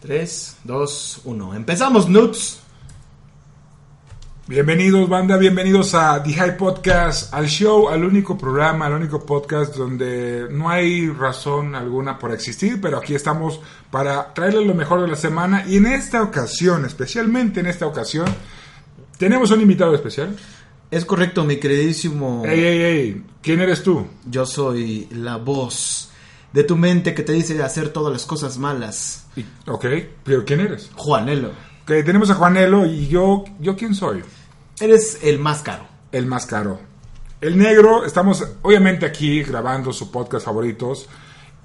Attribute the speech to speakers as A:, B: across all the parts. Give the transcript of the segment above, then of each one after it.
A: 3, 2, 1. Empezamos, Nuts.
B: Bienvenidos, banda, bienvenidos a The High Podcast, al show, al único programa, al único podcast donde no hay razón alguna por existir, pero aquí estamos para traerles lo mejor de la semana y en esta ocasión, especialmente en esta ocasión, tenemos un invitado especial.
A: Es correcto, mi queridísimo.
B: Ey, ey, ey, ¿quién eres tú?
A: Yo soy la voz de tu mente que te dice hacer todas las cosas malas.
B: Y- Ok, pero ¿quién eres?
A: Juanelo,
B: Ok, tenemos a Juanelo y yo, ¿yo quién soy?
A: eres el más caro.
B: el más caro. El negro, estamos obviamente aquí grabando su podcast favoritos.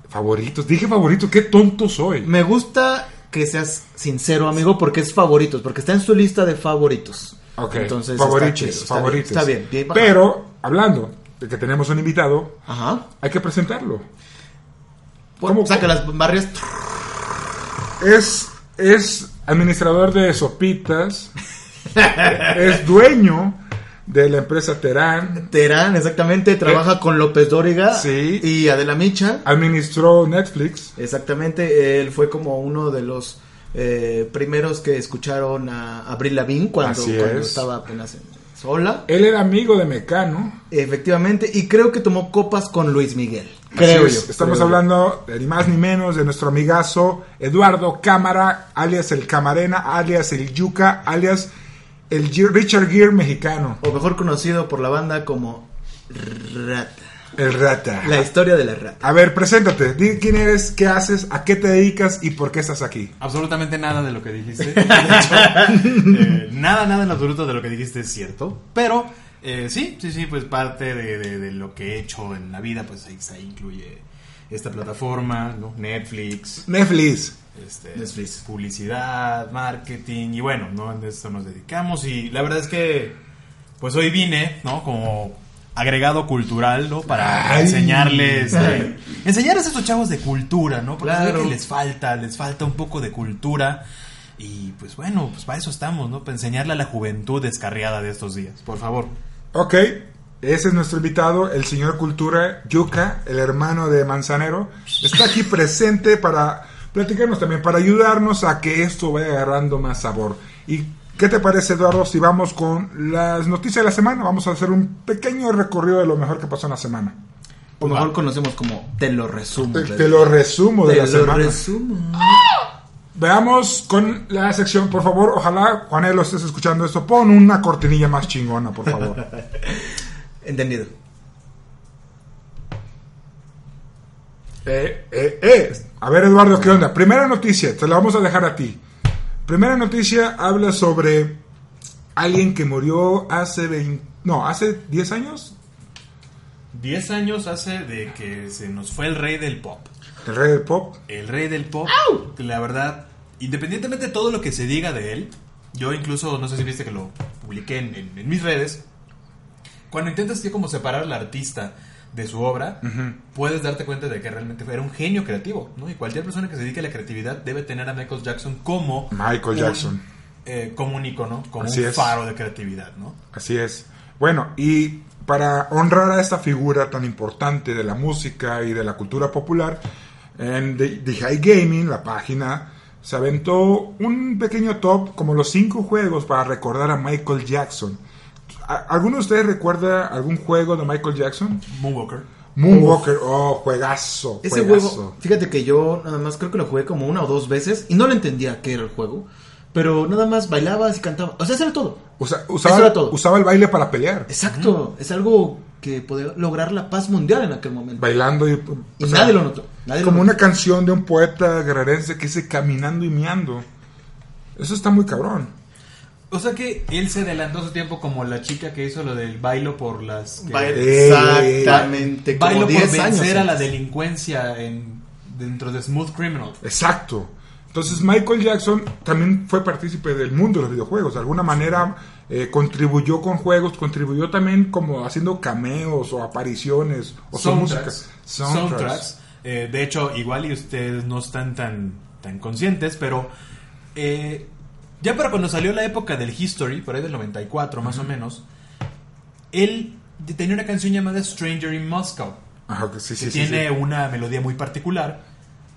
B: Favoritos, dije favoritos, qué tonto soy.
A: Me gusta que seas sincero, amigo, porque es favoritos, porque está en su lista de favoritos.
B: Ok,
A: Entonces, está
B: favoritos,
A: chido, está
B: favoritos.
A: bien, Está bien, bien, ajá.
B: Pero, hablando de que tenemos un invitado,
A: Ajá.
B: hay que presentarlo.
A: Bueno,
B: ¿Cómo-
A: saca las barrias.
B: Es, es administrador de sopitas, es dueño de la empresa Terán,
A: Terán, exactamente, trabaja con López Dóriga
B: Eh, Sí.
A: y Adela Micha.
B: administró Netflix.
A: Exactamente, él fue como uno de los eh, primeros que escucharon a Abril Lavigne cuando,
B: Así
A: cuando
B: es.
A: estaba apenas en- sola.
B: Él era amigo de Mecano.
A: Efectivamente, y creo que tomó copas con Luis Miguel.
B: Así
A: Creo
B: es,
A: yo.
B: Estamos
A: creo yo.
B: hablando de ni más ni menos de nuestro amigazo Eduardo Cámara, alias el Camarena, alias el Yuca, alias el Ge- Richard Gere mexicano,
A: O mejor conocido por la banda como Rata.
B: el Rata.
A: La historia de la rata.
B: A ver, preséntate, di quién eres, qué haces, a qué te dedicas y por qué estás aquí.
C: Absolutamente nada de lo que dijiste. De hecho, eh, nada, nada en absoluto de lo que dijiste es cierto. Pero eh, sí, sí, sí, pues parte de, de- de lo que he hecho en la vida, pues ahí, ahí incluye esta plataforma, ¿no? Netflix,
B: Netflix.
C: este,
A: Netflix.
C: publicidad, marketing y bueno, ¿no? De esto nos dedicamos y la verdad es que pues hoy vine, ¿no? Como agregado cultural, ¿no? Para
B: Ay.
C: enseñarles, eh, enseñarles a estos chavos de cultura, ¿no? Porque se ve
A: Claro.
C: que les falta, les falta un poco de cultura y pues bueno, pues para eso estamos, ¿no? Para enseñarle a la juventud descarriada de estos días, por favor.
B: Ok, ese es nuestro invitado, el señor Cultura Yuca, el hermano de Manzanero. Está aquí presente para platicarnos también, para ayudarnos a que esto vaya agarrando más sabor. ¿Y qué te parece, Eduardo, si vamos con las noticias de la semana? Vamos a hacer un pequeño recorrido de lo mejor que pasó en la semana.
A: O mejor conocemos como Te lo resumo.
B: Te, te lo resumo de
A: Te
B: la
A: lo
B: semana.
A: resumo.
B: Veamos con la sección, por favor. Ojalá, Juanelo, estés escuchando esto. Pon una cortinilla más chingona, por favor.
A: Entendido.
B: Eh, eh, eh. A ver, Eduardo, ¿qué onda? Primera noticia, te la vamos a dejar a ti. Primera noticia habla sobre alguien que murió hace 20, no, hace 10 años,
C: Diez años hace de que se nos fue el rey del pop.
B: el rey del pop.
C: El rey del pop, la verdad, independientemente de todo lo que se diga de él, yo incluso, no sé si viste que lo publiqué en, en- en mis redes, cuando intentas tú como separar al artista de su obra, puedes darte cuenta de que realmente era un genio creativo, ¿no? Y cualquier persona que se dedique a la creatividad debe tener a Michael Jackson como...
B: Michael
C: un,
B: Jackson.
C: eh, como un icono, como
B: Así
C: un
B: es.
C: faro de creatividad, ¿no?
B: Así es. Bueno, y para honrar a esta figura tan importante de la música y de la cultura popular, en The, The High Gaming, la página, se aventó un pequeño top como los cinco juegos para recordar a Michael Jackson. ¿A- ¿Alguno de ustedes recuerda algún juego de Michael Jackson?
C: Moonwalker.
B: Moonwalker, oh, juegazo,
A: Ese
B: juegazo.
A: juego, fíjate que yo nada más creo que lo jugué como una o dos veces y no le entendía qué era el juego, pero nada más bailabas y cantabas. O sea, eso era todo.
B: Usa-
A: Eso
B: usaba,
A: era todo.
B: usaba el baile para pelear,
A: Exacto, es algo que podía lograr la paz mundial en aquel momento.
B: bailando y...
A: Y
B: o sea,
A: nadie lo notó. nadie lo
B: como
A: notó.
B: una canción de un poeta guerrerense que dice caminando y meando. Eso está muy cabrón.
C: O sea que él se adelantó a su tiempo como la chica que hizo lo del bailo por las... que-
A: Bail-
B: Eh,
A: Exactamente, como
C: Bailo por
A: 10 años. ¿eh?
C: vencer a la delincuencia en, dentro de Smooth Criminal.
B: Exacto. Entonces Michael Jackson también fue partícipe del mundo de los videojuegos. De alguna manera eh, contribuyó con juegos, contribuyó también como haciendo cameos o apariciones o su música.
C: Soundtracks. Soundtracks. Eh, de hecho, igual y ustedes no están tan, tan conscientes, pero eh, ya para cuando salió la época del History, por ahí del 94 más o menos, él tenía una canción llamada Stranger in Moscow,
B: Ajá, que sí, sí,
C: que
B: sí,
C: tiene una melodía muy particular.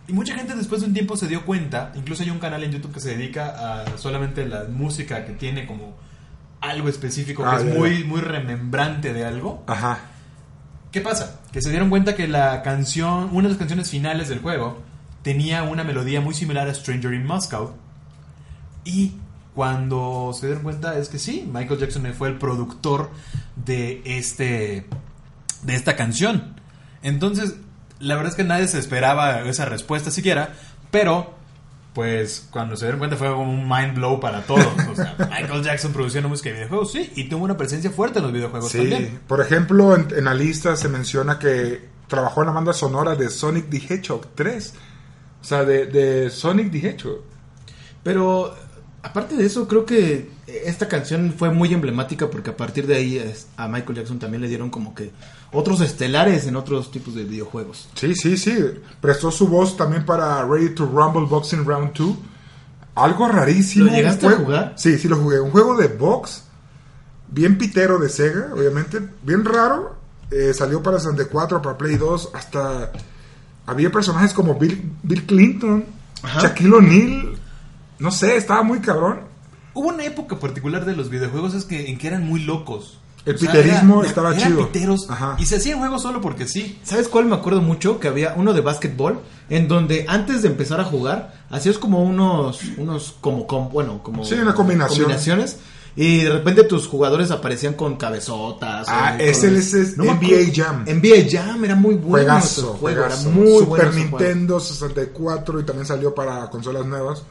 C: Y mucha gente después de un tiempo se dio cuenta, incluso hay un canal en YouTube que se dedica a solamente la música que tiene como algo específico, que
B: Ah,
C: es
B: ya, ya.
C: muy, muy remembrante de algo.
B: Ajá.
C: ¿Qué pasa? Que se dieron cuenta que la canción, una de las canciones finales del juego, tenía una melodía muy similar a Stranger in Moscow. Y cuando se dieron cuenta es que sí, Michael Jackson fue el productor de este de esta canción. Entonces, la verdad es que nadie se esperaba esa respuesta siquiera, pero pues cuando se dieron cuenta fue como un mind blow para todos. O sea, Michael Jackson produciendo música de videojuegos, sí, y tuvo una presencia fuerte en los videojuegos también.
B: Sí. Por ejemplo, en, en la lista se menciona que trabajó en la banda sonora de Sonic the Hedgehog 3. O sea, de, de Sonic the Hedgehog.
A: Pero aparte de eso, creo que esta canción fue muy emblemática porque a partir de ahí es- a Michael Jackson también le dieron como que otros estelares en otros tipos de videojuegos.
B: Sí, sí, sí. Prestó su voz también para Ready to Rumble Boxing Round 2. Algo rarísimo.
A: ¿Lo llegaste
B: un
A: a
B: juego-
A: jugar?
B: Sí, sí lo jugué. Un juego de box. Bien pitero de Sega, obviamente. Bien raro. Eh, salió para 64, para Play 2. Hasta... Había personajes como Bill, Bill Clinton,
A: Ajá.
B: Shaquille O'Neal. No sé, estaba muy cabrón.
C: Hubo una época particular de los videojuegos es que, en que eran muy locos.
B: El piterismo
C: era-
B: estaba
C: eran
B: chido.
C: piteros
B: Ajá.
C: y se hacían juegos solo porque sí.
A: ¿Sabes cuál me acuerdo mucho? Que había uno de básquetbol en donde antes de empezar a jugar hacías como unos unos como com- bueno, como
B: Sí, una combinación.
A: combinaciones y de repente tus jugadores aparecían con cabezotas. o
B: Ah,
A: con-
B: ese es- es
A: me
B: NBA
A: acuerdo.
B: Jam.
A: NBA Jam era muy bueno.
B: Juegazo,
A: ese juego, era
B: juegazo.
A: muy bueno
B: Super
A: ese juego.
B: Nintendo 64 y también salió para consolas nuevas.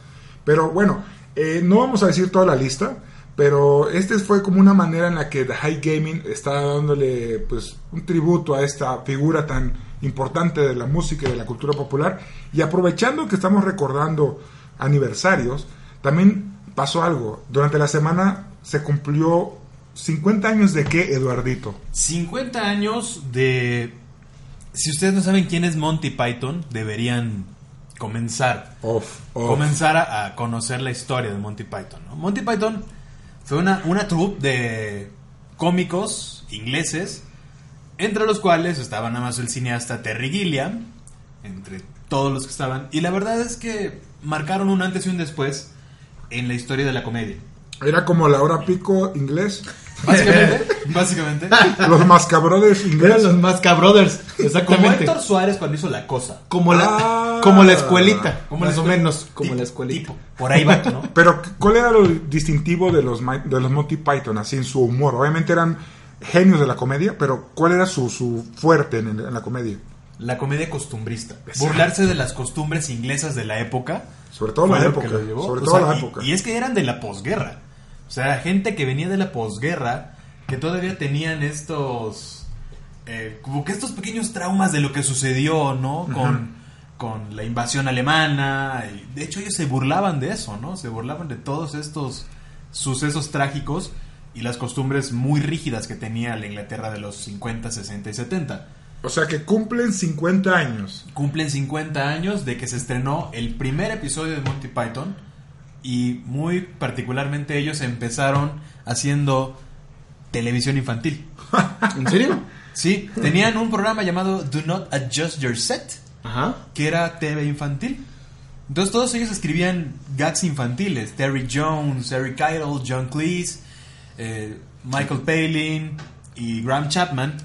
B: Pero bueno, eh, no vamos a decir toda la lista, pero este fue como una manera en la que The High Gaming está dándole pues un tributo a esta figura tan importante de la música y de la cultura popular. Y aprovechando que estamos recordando aniversarios, también pasó algo. Durante la semana se cumplió 50 años de qué, Eduardito.
C: 50 años de... Si ustedes no saben quién es Monty Python, deberían comenzar.
B: Off, off.
C: Comenzar a, a conocer la historia de Monty Python. ¿no? Monty Python fue una, una troupe de cómicos ingleses, entre los cuales estaba nada más el cineasta Terry Gilliam, entre todos los que estaban. Y la verdad es que marcaron un antes y un después en la historia de la comedia.
B: Era como la hora pico inglés.
C: Básicamente, básicamente.
B: Los mascabrones
A: Eran
B: ingleses.
A: los Masca Brothers,
C: Como
A: exactamente.
C: Héctor Suárez cuando hizo La Cosa.
A: Como la,
B: Ah.
A: como la escuelita,
C: Como
A: más
C: la
A: o
C: escuela-
A: menos, como
C: tipo-
A: la escuelita.
C: tipo, por ahí va, ¿no?
B: Pero, ¿cuál era lo distintivo de los, Ma- de los Monty Python, así en su humor? Obviamente eran genios de la comedia, pero ¿cuál era su, su fuerte en, el- en la comedia?
C: La comedia costumbrista.
B: Exacto.
C: Burlarse de las costumbres inglesas de la época.
B: Sobre todo
C: fue
B: la
C: lo
B: época.
C: que lo llevó.
B: Sobre
C: O
B: todo
C: sea,
B: la
C: y-
B: época.
C: Y es que eran de la posguerra. O sea, gente que venía de la posguerra, que todavía tenían estos. eh, como que estos pequeños traumas de lo que sucedió, ¿no? Con, con la invasión alemana. y de hecho, ellos se burlaban de eso, ¿no? Se burlaban de todos estos sucesos trágicos y las costumbres muy rígidas que tenía la Inglaterra de los 50, 60 y 70.
B: O sea, que cumplen 50 años.
C: Cumplen 50 años de que se estrenó el primer episodio de Monty Python y muy particularmente ellos empezaron haciendo televisión infantil.
A: ¿En serio?
C: Sí, tenían un programa llamado Do Not Adjust Your Set,
A: Ajá.
C: que era TV infantil. Entonces todos ellos escribían gags infantiles, Terry Jones, Eric Idle, John Cleese, eh, Michael Palin y Graham Chapman.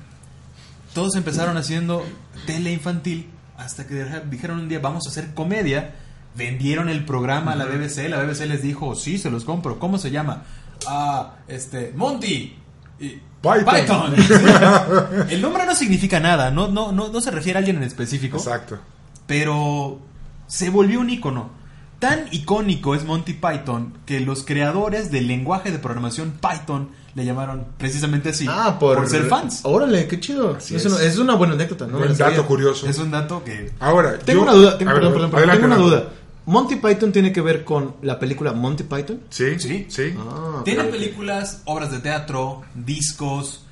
C: Todos empezaron haciendo tele infantil hasta que deja- dijeron un día vamos a hacer comedia. Vendieron el programa a la BBC, la BBC les dijo sí, se los compro. ¿Cómo se llama? Ah, este Monty. Y-
B: Python.
C: Python. El nombre no significa nada, no, no, no, no se refiere a alguien en específico
B: Exacto.
C: pero se volvió un icono. Tan icónico es Monty Python que los creadores del lenguaje de programación Python le llamaron precisamente así
A: Ah, por,
C: ser fans.
A: Órale, qué chido.
B: Así
A: Eso no-
B: es.
A: es una buena anécdota, ¿no? Me
B: Buen
A: la sabía.
B: dato curioso.
C: Es un dato que
B: Ahora,
A: Tengo
B: yo-
A: una duda, tengo,
B: a ver,
A: perdón, perdón, perdón,
B: adelante,
A: tengo una
B: adelante.
A: duda. ¿Monty Python tiene que ver con la película Monty Python?
B: Sí,
C: Sí.
B: sí,
A: Ah,
C: tiene
A: ok.
C: películas, obras de teatro, discos.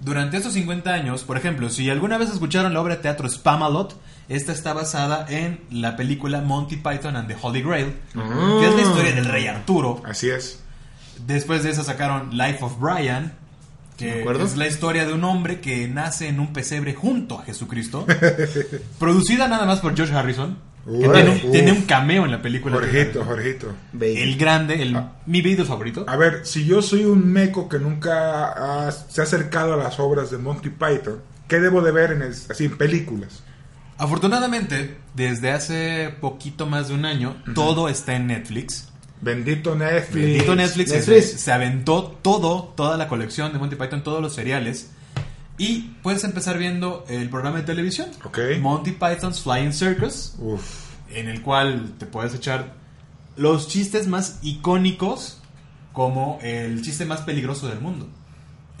C: Durante estos 50 años, por ejemplo, si alguna vez escucharon la obra de teatro Spamalot, esta está basada en la película Monty Python and the Holy Grail,
A: Ah.
C: que es la historia del rey Arturo.
B: Así es.
C: Después de esa sacaron Life of Brian,
A: ¿De
C: que
A: acuerdo?
C: es la historia de un hombre que nace en un pesebre junto a Jesucristo, producida nada más por George Harrison. Que
B: Órale.
C: tiene, un,
B: Uf.
C: tiene un cameo en la película.
B: Jorgito, Ah. Jorgito.
C: El grande, el, mi video favorito.
B: A ver, si yo soy un meco que nunca ha- se ha acercado a las obras de Monty Python, ¿qué debo de ver en el- así en películas?
C: Afortunadamente, desde hace poquito más de un año, todo está en Netflix.
B: Bendito Netflix.
C: Bendito Netflix,
A: Netflix.
C: Se, se aventó todo, toda la colección de Monty Python, todos los seriales. Y puedes empezar viendo el programa de televisión.
B: Ok.
C: Monty Python's Flying Circus,
B: Uf.
C: en el cual te puedes echar los chistes más icónicos como el chiste más peligroso del mundo.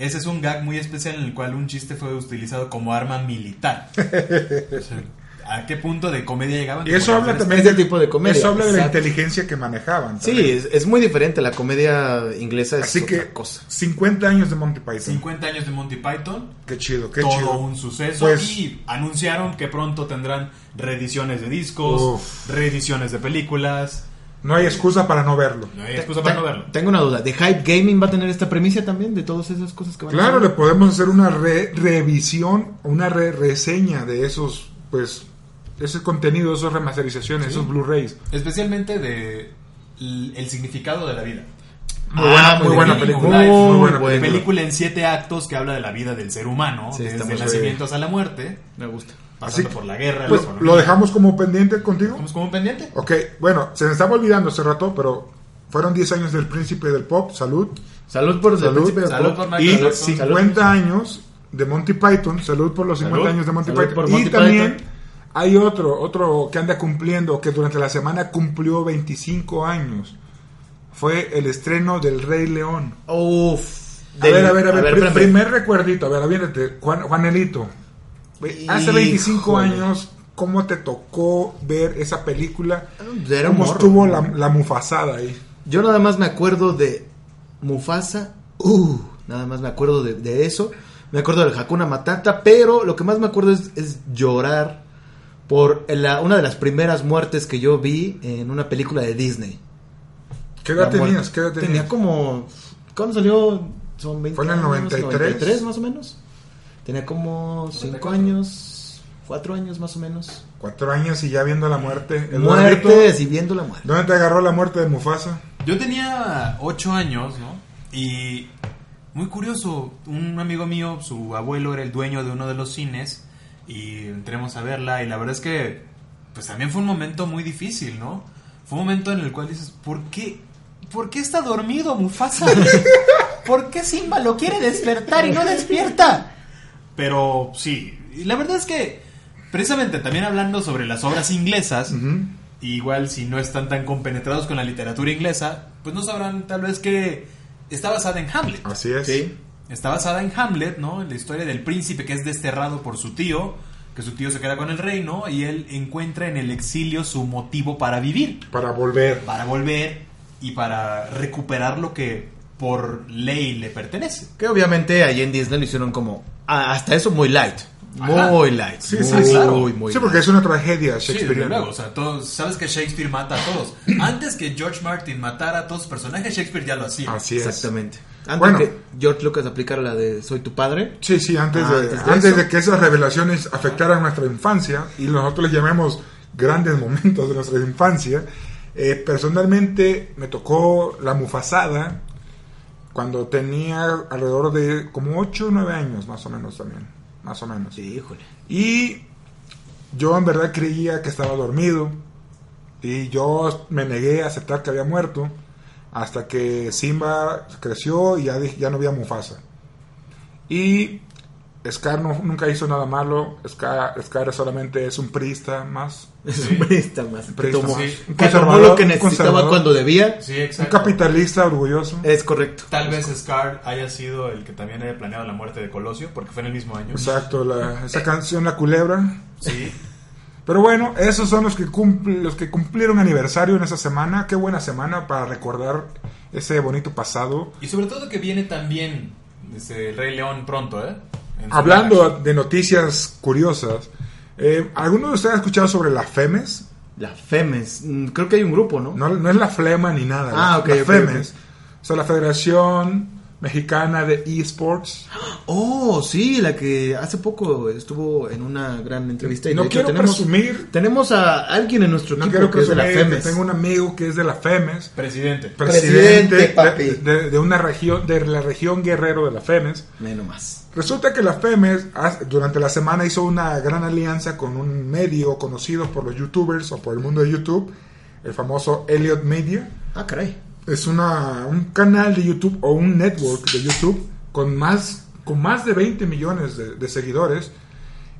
C: Ese es un gag muy especial en el cual un chiste fue utilizado como arma militar. O sea, ¿A qué punto de comedia llegaban?
B: Y eso habla también
A: Este tipo de comedia.
B: Eso habla de la
A: Exacto.
B: inteligencia que manejaban.
A: Sí,
B: también.
A: es, es muy diferente. La comedia inglesa es
B: Así
A: otra
B: que
A: cosa.
B: 50 años de Monty Python.
C: 50 años de Monty Python,
B: Qué chido, qué
C: todo
B: chido.
C: un suceso
B: Pues-
C: y anunciaron que pronto tendrán reediciones de discos,
B: Uf.
C: reediciones de películas.
B: No hay excusa para no verlo.
C: No hay excusa para no verlo.
A: Tengo una duda. ¿De Hype Gaming va a tener esta premisa también de todas esas cosas que van
B: Claro,
A: a
B: le podemos hacer una re- revisión, una re- reseña de esos, pues, ese contenido, esas remasterizaciones, esos Blu-rays.
C: Especialmente de l- El significado de la vida.
B: Muy
A: Ah,
B: buena, muy
A: muy
B: buena
A: bien.
B: película.
C: Muy
B: Muy
A: buena.
B: buena película.
C: Película en siete actos que habla de la vida del ser humano,
A: Sí, está
C: desde
A: muy
C: el
A: bien.
C: nacimiento hasta la muerte,
A: Me gusta.
C: pasando
B: que,
C: por la guerra.
B: Pues,
C: la economía.
B: ¿Lo dejamos como pendiente contigo?
C: Dejamos como un pendiente.
B: Ok, bueno, se me estaba olvidando hace rato, pero fueron 10 años del príncipe del pop, salud.
A: Salud por el
B: Salud.
A: príncipe de
C: Salud
A: pop.
C: por
B: Y
C: Michael
A: Salud.
C: Jackson.
A: Salud.
B: 50 años de Monty Python, salud por los 50
A: Salud.
B: años de Monty
A: Salud
B: Python.
A: por
B: y
A: Monty
B: también
A: Python.
B: hay otro, otro que anda cumpliendo, que durante la semana cumplió 25 años. Fue el estreno del Rey León.
A: Uf.
B: A ver, a ver, a ver, pri-
A: espérame.
B: primer recuerdito, a ver, aviéntate, Juan, Juanelito. Güey, Hace 25
A: Híjole.
B: años, ¿cómo te tocó ver esa película?
A: Ah, Era un
B: ¿Cómo
A: morro.
B: estuvo la, la mufasada ahí?
A: Yo nada más me acuerdo de Mufasa. Uh, nada más me acuerdo de, de eso. Me acuerdo del Hakuna Matata. Pero lo que más me acuerdo es, es llorar por la- una de las primeras muertes que yo vi en una película de Disney.
B: ¿Qué edad
A: La
B: tenías?
A: muerte.
B: ¿Qué edad tenías?
A: Tenía como. ¿Cuándo salió? Son 20
B: Fue en el
A: años,
B: 93.
A: 93 más o menos. Tenía como 5 años, 4 años más o menos.
B: Cuatro años y ya viendo la muerte. Eduardito,
A: Muertes y viendo la muerte.
B: ¿Dónde te agarró la muerte de Mufasa?
C: Yo tenía ocho años, ¿no? Y muy curioso, un amigo mío, su abuelo era el dueño de uno de los cines y entremos a verla y la verdad es que pues también fue un momento muy difícil, ¿no? Fue un momento en el cual dices, ¿por qué? ¿Por qué está dormido Mufasa? ¿Por qué Simba lo quiere despertar y no despierta? Pero sí, y la verdad es que precisamente también hablando sobre las obras inglesas, igual si no están tan compenetrados con la literatura inglesa, pues no sabrán tal vez que está basada en Hamlet.
B: Así es.
A: Sí.
C: Está basada en Hamlet, ¿no? En la historia del príncipe que es desterrado por su tío, que su tío se queda con el reino y él encuentra en el exilio su motivo para vivir,
B: Para volver.
C: para volver y para recuperar lo que por ley le pertenece.
A: Que obviamente allí en Disney lo hicieron como. ah, Hasta eso muy light.
C: Ajá.
A: Muy light.
B: Sí,
A: muy,
B: sí, claro.
A: Muy, muy
B: sí, porque es una tragedia
C: Sí, desde
B: shakespeariana.
C: luego, o sea, todos, sabes que Shakespeare mata a todos. Antes que George Martin matara a todos los personajes, Shakespeare ya lo hacía.
B: Así es.
A: Exactamente. Antes
B: Bueno.
A: que George Lucas aplicara la de Soy tu padre.
B: Sí, sí, antes,
A: Ah,
B: de,
A: antes de
B: antes
A: eso.
B: de que esas revelaciones afectaran nuestra infancia y nosotros les llamemos grandes momentos de nuestra infancia, eh, personalmente me tocó la mufasada cuando tenía alrededor de como 8 o 9 años más o menos también, más o menos.
A: Sí, híjole.
B: Y yo en verdad creía que estaba dormido. Y yo me negué a aceptar que había muerto. Hasta que Simba creció y ya, di- ya no había Mufasa. Y Scar no- nunca hizo nada malo. Scar, Scar solamente es un prista más.
A: Es un prista más.
B: Prista
A: Tomó-
B: más. Un
A: que tomó
B: conservador,
A: lo que
B: un
A: necesitaba
B: conservador.
A: cuando debía.
C: Sí,
B: Un
C: exacto.
B: capitalista orgulloso.
A: Es correcto.
C: Tal vez Scar haya sido el que también haya planeado la muerte de Colosio, porque fue en el mismo año.
B: Exacto, la- esa canción La Culebra.
C: Sí.
B: Pero bueno, esos son los que, cumpl- los que cumplieron aniversario en esa semana. Qué buena semana para recordar ese bonito pasado.
C: Y sobre todo que viene también este, el Rey León pronto, ¿eh? En su live
B: Hablando de noticias curiosas, eh, ¿alguno de ustedes ha escuchado sobre las FEMES?
A: La FEMES. Mm, Creo que hay un grupo, ¿no?
B: No, no es la FLEMA ni nada.
A: Ah,
B: la-
A: ok,
B: la
A: ok,
B: FEMES. O sea, la Federación mexicana de esports.
A: Oh, sí, la que hace poco estuvo en una gran entrevista. Y
B: No
A: de hecho
B: quiero
A: tenemos,
B: presumir.
A: Tenemos a alguien en nuestro
B: No
A: equipo
B: quiero
A: que es de la
B: presumir que
A: FEMES.
B: tengo un amigo que es de la FEMES.
C: Presidente.
A: Presidente,
B: Presidente,
A: papi.
B: de, de- de una región, de la región guerrero de la FEMES.
A: Menos más.
B: Resulta que la FEMES ha- durante la semana hizo una gran alianza con un medio conocido por los youtubers o por el mundo de YouTube, el famoso Elliot Media.
A: Ah, caray.
B: Es una, un canal de YouTube o un network de YouTube con más, con más de 20 millones de, de seguidores.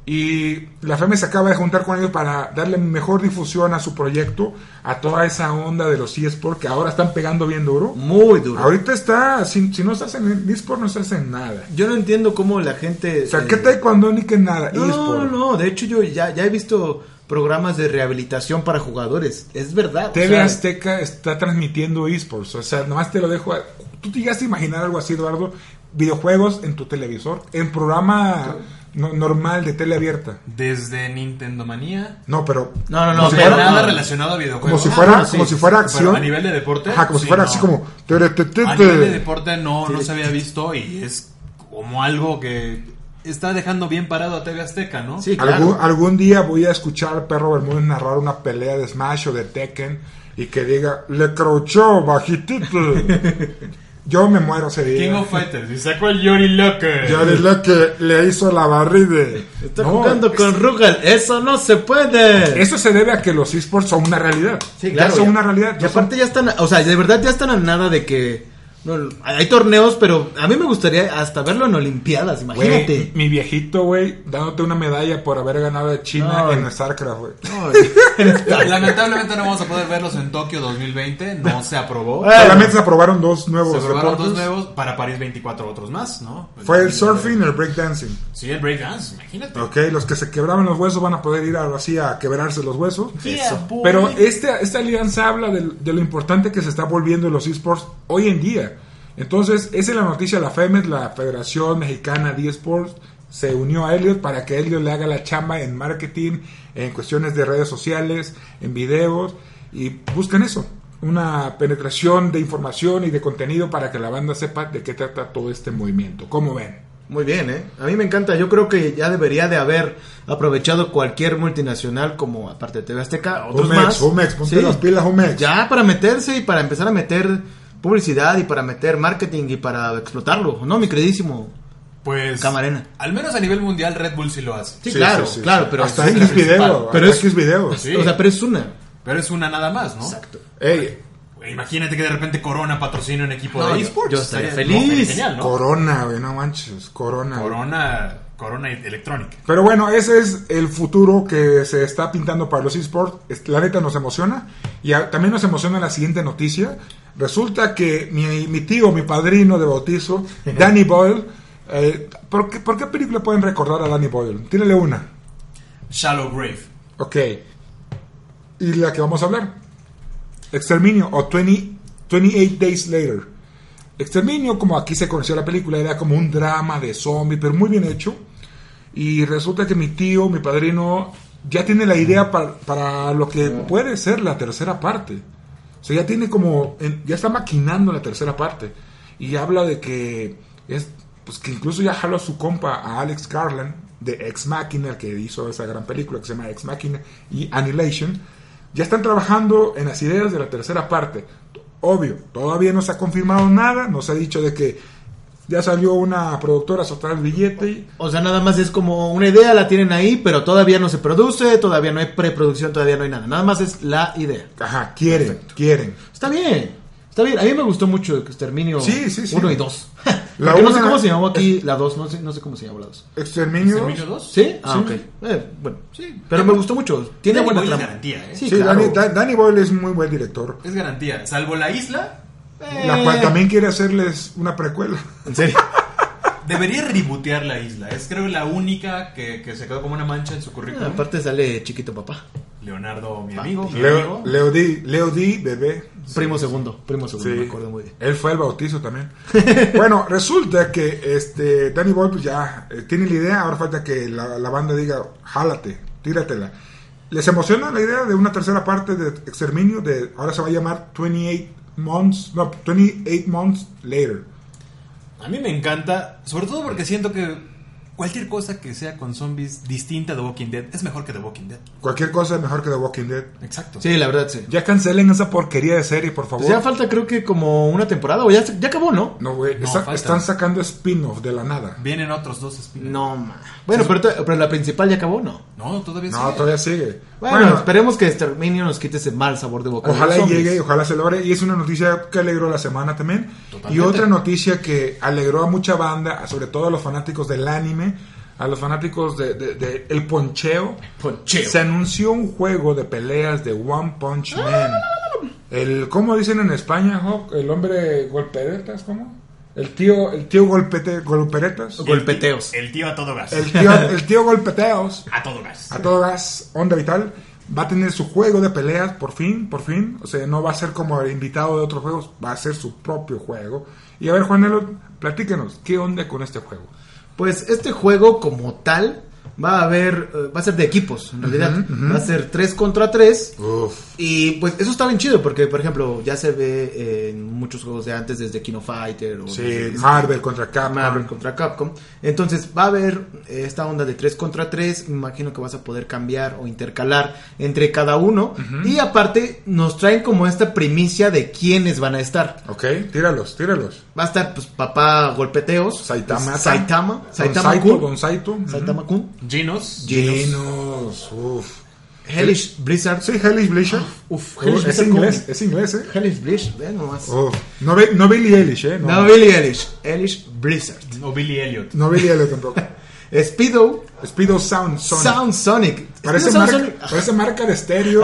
B: Y la FEMES E se acaba de juntar con ellos para darle mejor difusión a su proyecto, a toda esa onda de los eSports que ahora están pegando bien duro.
A: Muy duro.
B: Ahorita está, si, si no estás en eSport, no estás en nada.
A: Yo no entiendo cómo la gente...
B: O sea,
A: eh,
B: ¿qué taekwondo ni que nada?
A: No, no,
B: eSport.
A: no, de hecho yo ya, ya he visto programas de rehabilitación para jugadores, es verdad. o
B: TV
A: sea,
B: Azteca está transmitiendo esports. O sea, nomás te lo dejo. a- ¿Tú te llegas a imaginar algo así, Eduardo? Videojuegos en tu televisor, en programa no- normal de tele abierta.
C: Desde Nintendo Manía.
B: No, pero.
A: No, no, no,
B: como si
A: pero
B: fuera-
C: nada
A: no.
C: relacionado a
B: Como
C: videojuegos.
B: si
A: Ah,
B: fuera,
A: no, sí,
B: como si
A: sí,
B: fuera
C: Pero
B: acción.
C: a nivel de deporte.
B: Ajá, como si
C: sí,
B: fuera
C: no.
B: así como. tere, te, te,
C: A
B: te.
C: nivel de deporte no, no
B: este Sí.
C: se había visto y es como algo que está dejando bien parado a TV Azteca, ¿no?
A: Sí, claro.
B: Algún, algún día voy a escuchar al perro Bermúdez narrar una pelea de Smash o de Tekken y que diga, le crochó bajitito. Yo me muero ese día.
C: King of Fighters y sacó el Yori Locker.
B: Ya es la que le hizo la barrida.
A: Está
B: No,
A: jugando
B: es-
A: con Rugal, eso no se puede.
B: Eso se debe a que los esports son una realidad.
A: Sí, claro,
B: Ya son
A: ya.
B: una realidad.
A: Y
B: ya
A: aparte ya están, o sea, de verdad ya están a nada de que no, hay torneos, pero a mí me gustaría hasta verlo en Olimpiadas,
B: son- Güey,
A: imagínate.
B: mi viejito, güey, dándote una medalla por haber ganado a China
A: No.
B: en StarCraft, güey.
C: Lamentablemente no vamos a poder verlos en Tokio 2020, no se aprobó.
A: Bueno,
B: Solamente se aprobaron dos nuevos
C: Se aprobaron dos
B: deportes.
C: nuevos, para París 24 otros más, ¿no? Pues
B: Fue el surfing y el breakdancing.
C: Sí, el breakdance, imagínate.
B: Ok, los que se quebraban los huesos van a poder ir ahora sí a quebrarse los huesos.
C: Yeah,
A: Eso.
C: boy.
B: Pero esta, esta alianza habla del- de, lo importante que se está volviendo los esports hoy en día. Entonces, esa es la noticia. La FEMES, la Federación Mexicana de Esports, se unió a Elliot para que Elliot le haga la chamba en marketing, en cuestiones de redes sociales, en videos. Y buscan eso, una penetración de información y de contenido para que la banda sepa de qué trata todo este movimiento. ¿Cómo ven?
A: Muy bien, ¿eh? A mí me encanta. Yo creo que ya debería de haber aprovechado cualquier multinacional como, aparte de TV Azteca, otros
B: Humex,
A: más.
B: Humex, ponte
A: Sí.
B: las pilas, Humex.
A: Ya para meterse y para empezar a meter publicidad y para meter marketing y para explotarlo, ¿no? Mi queridísimo.
C: Pues.
A: Camarena.
C: Al menos a nivel mundial, Red Bull sí lo hace.
A: Sí, claro, claro, pero
B: hasta
A: esa es la
B: X video,
A: principal. Pero
B: pero
A: es-
B: X videos.
C: Sí.
A: O sea, pero es una.
C: Pero es una nada más, ¿no?
A: Exacto.
B: Ey,
C: Imagínate que de repente Corona patrocina un equipo
A: No,
C: de
A: yo-
C: esports.
A: yo estaría
C: no,
A: feliz.
C: genial, ¿no?
B: Corona, güey, no manches, Corona.
C: Corona, Corona Electronic.
B: Pero bueno, ese es el futuro que se está pintando para los esports. Es- La neta nos emociona. Y a- también nos emociona la siguiente noticia. Resulta que mi, mi tío, mi padrino de bautizo, Danny Boyle. eh, ¿por, qué, por qué película pueden recordar a Danny Boyle? Tírale una.
C: Shallow Grave.
B: Ok. Y la que vamos a hablar. Exterminio o 20 28 Days Later. Exterminio, como aquí se conoció la película, era como un drama de zombie, pero muy bien hecho. Y resulta que mi tío, mi padrino, ya tiene la idea para, para lo que puede ser la tercera parte. O sea, ya tiene como. en- ya está maquinando la tercera parte. Y habla de que. Es, pues que incluso ya jaló a su compa, a Alex Garland, de Ex Machina, el que hizo esa gran película que se llama Ex Machina y Annihilation. Ya están trabajando en las ideas de la tercera parte. Obvio, todavía no se ha confirmado nada, no se ha dicho de que ya salió una productora a soltar el billete. y-
A: O sea, nada más es como una idea, la tienen ahí, pero todavía no se produce, todavía no hay preproducción, todavía no hay nada. Nada más es la idea.
B: Ajá, quieren, quieren.
A: Está bien, está bien. A mí me gustó mucho que exterminio
B: Sí, sí, sí.
A: 1 y 2.
B: La
A: Porque no sé
B: una-
A: cómo se llamó aquí la 2, no sé, no sé cómo se llamó la 2.
B: Exterminio.
C: ¿Terminio 2?
A: ¿Sí? Ah,
B: Sí.
A: ok. Eh, bueno,
C: Sí.
A: Pero me gustó mucho. Tiene
C: Danny
A: buena
C: Boyle es
A: trama.
C: garantía, ¿eh?
A: Sí,
B: Sí,
A: claro.
B: Danny, Dan- Danny Boyle es un muy buen director.
C: Es garantía. Salvo la isla,
A: Eh,
B: La cual también quiere hacerles una precuela.
A: En serio.
C: debería rebotear la isla. Es creo la única que, que se quedó como una mancha en su currículum.
A: Ah, Aparte Ah, sale chiquito papá.
C: Leonardo, mi amigo. mi
B: Leo,
C: amigo.
B: Leo D, Leo D, bebé.
A: Primo segundo, primo segundo, me acuerdo muy bien.
B: Él fue el bautizo también. bueno, resulta que este Danny Boyle pues, ya eh, tiene la idea, ahora falta que la, la banda diga, jálate, tíratela. ¿Les emociona la idea de una tercera parte de Exterminio? De, ahora se va a llamar 28 Months, no, 28 Months Later.
C: A mí me encanta, sobre todo porque siento que cualquier cosa que sea con zombies distinta de Walking Dead es mejor que The Walking Dead.
B: Cualquier cosa es mejor que The Walking Dead.
C: Exacto.
A: Sí, la verdad, sí.
B: Ya cancelen esa porquería de serie, por favor.
A: Pues ya falta creo que como una temporada o ya, se- ya acabó, ¿no?
B: no, güey.
C: No,
B: está-
C: falta.
B: están sacando spin-off de la nada.
C: Vienen otros dos spin
A: No, ma. Bueno, pero, to- pero la principal ya acabó, ¿no?
C: No, todavía
B: No,
C: sigue.
B: todavía sigue.
A: Bueno, esperemos que Exterminio nos quite ese mal sabor de boca. de los
B: Ojalá y
A: zombies.
B: llegue, y ojalá se logre. Y es una noticia que alegró la semana también.
C: Totalmente.
B: Y otra noticia que alegró a mucha banda, a- sobre todo a los fanáticos del anime, a los fanáticos de, de- de el poncheo.
A: Poncheo.
B: Se anunció un juego de peleas de One Punch Man. El, ¿Cómo dicen en España, Hawk? El hombre golperetas, ¿cómo? El tío, el tío golpete, golperetas.
C: El
A: golpeteos.
C: tío- El tío a todo gas.
B: El tío, el tío golpeteos.
C: A todo gas.
B: A todo gas, Onda Vital va a tener su juego de peleas, por fin, por fin. O sea, no va a ser como el invitado de otros juegos, va a ser su propio juego. Y a ver, Juanelo, platícanos, ¿qué onda con este juego?
A: Pues este juego como tal va a haber, eh, va a ser de equipos, en realidad. Va a ser 3 contra 3.
B: Uf.
A: Y pues eso está bien chido, porque por ejemplo ya se ve en muchos juegos de antes, desde Kino Fighter o
B: Sí,
A: desde-
B: Marvel contra Capcom.
A: Marvel contra Capcom. Entonces va a haber eh, esta onda de 3 contra 3. Me imagino que vas a poder cambiar o intercalar entre cada uno. Y aparte nos traen como esta primicia de quiénes van a estar.
B: Ok, tíralos, tíralos.
A: Va a estar pues papá golpeteos.
B: Saitama.
A: pues, Saitama.
B: Don
A: Saitama
B: Saito,
A: Kun.
B: Don Saito.
A: Saitama Kun.
C: Genos.
B: Llenos, uf.
A: Hellish Blizzard. Ah,
B: Sí, Hellish Bleacher.
A: Uf,
B: Uf,
A: Hellish
B: es
A: Blizzard.
B: inglés,
A: Con-
B: es inglés, eh.
A: Hellish Blizzard, ve nomás.
B: Uf. No, Bi- no Billy Eilish, eh. No,
A: No, Billy Hellish. Hellish Blizzard.
C: O Billy Elliot.
B: No Billie Eilish tampoco.
A: Speedo.
B: Speedo Sound Sonic.
A: Sound Sonic.
B: Parece,
A: Speedo Sound
B: marca,
A: Sonic.
B: parece marca de estéreo.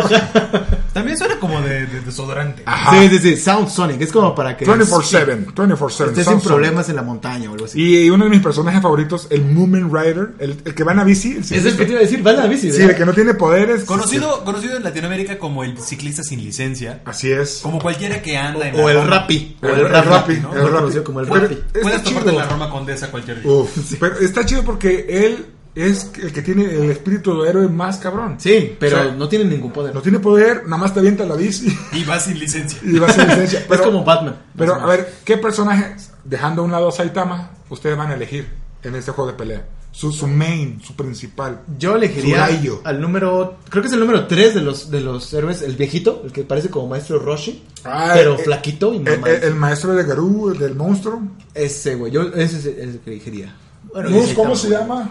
C: También suena como de, de desodorante.
B: Ajá.
A: Sí, sí, sí. Sound Sonic. Es como para que.
B: 24-7. 24-7.
A: Estés Este sin
B: Samsung.
A: problemas en la montaña o algo así.
B: Y uno de mis personajes favoritos, el Moomin Rider, el, el que va en la bici. El
A: es
B: ciclista.
A: el que te iba a decir. Vas a la bici.
B: Sí,
A: ¿verdad?
B: el que no tiene poderes.
C: Conocido, conocido en Latinoamérica como el ciclista sin licencia.
B: Así es.
C: Como cualquiera que anda en
A: O
C: la
A: el
C: Roma.
A: Rappi. O
B: El-
A: el
B: el
A: Rappi.
B: Rappi,
A: ¿no?
B: el
A: Mejor
B: Rappi.
A: conocido como el
B: Pero-
A: Rappi.
B: Está
C: Puedes toparte
B: chido.
C: en la Roma Condesa cualquier día.
B: Uf, Pero está chido porque él es el que tiene el espíritu de héroe más cabrón.
A: Sí, pero
B: O sea,
A: no tiene ningún poder.
B: No tiene poder, nada más te avienta la bici
C: Y va sin licencia.
B: y vas a licencia. Pero,
A: es como Batman.
B: pero
A: más
B: a
A: o menos.
B: ver, ¿qué personaje, dejando a un lado a Saitama, ustedes van a elegir en este juego de pelea? Su, su main, su principal.
A: Yo elegiría
B: Tsuraiyo.
A: al número. Creo que es el número 3 de los, de los héroes. El viejito, el que parece como maestro Roshi.
B: Ah,
A: pero
B: eh,
A: flaquito y
B: El,
A: mamá.
B: el- el maestro de Garú, el del monstruo.
A: Ese, güey. Yo, ese es el- es el que elegiría. Bueno,
B: Mus,
A: ese
B: ¿Cómo
A: está
B: se
A: bueno.
B: llama?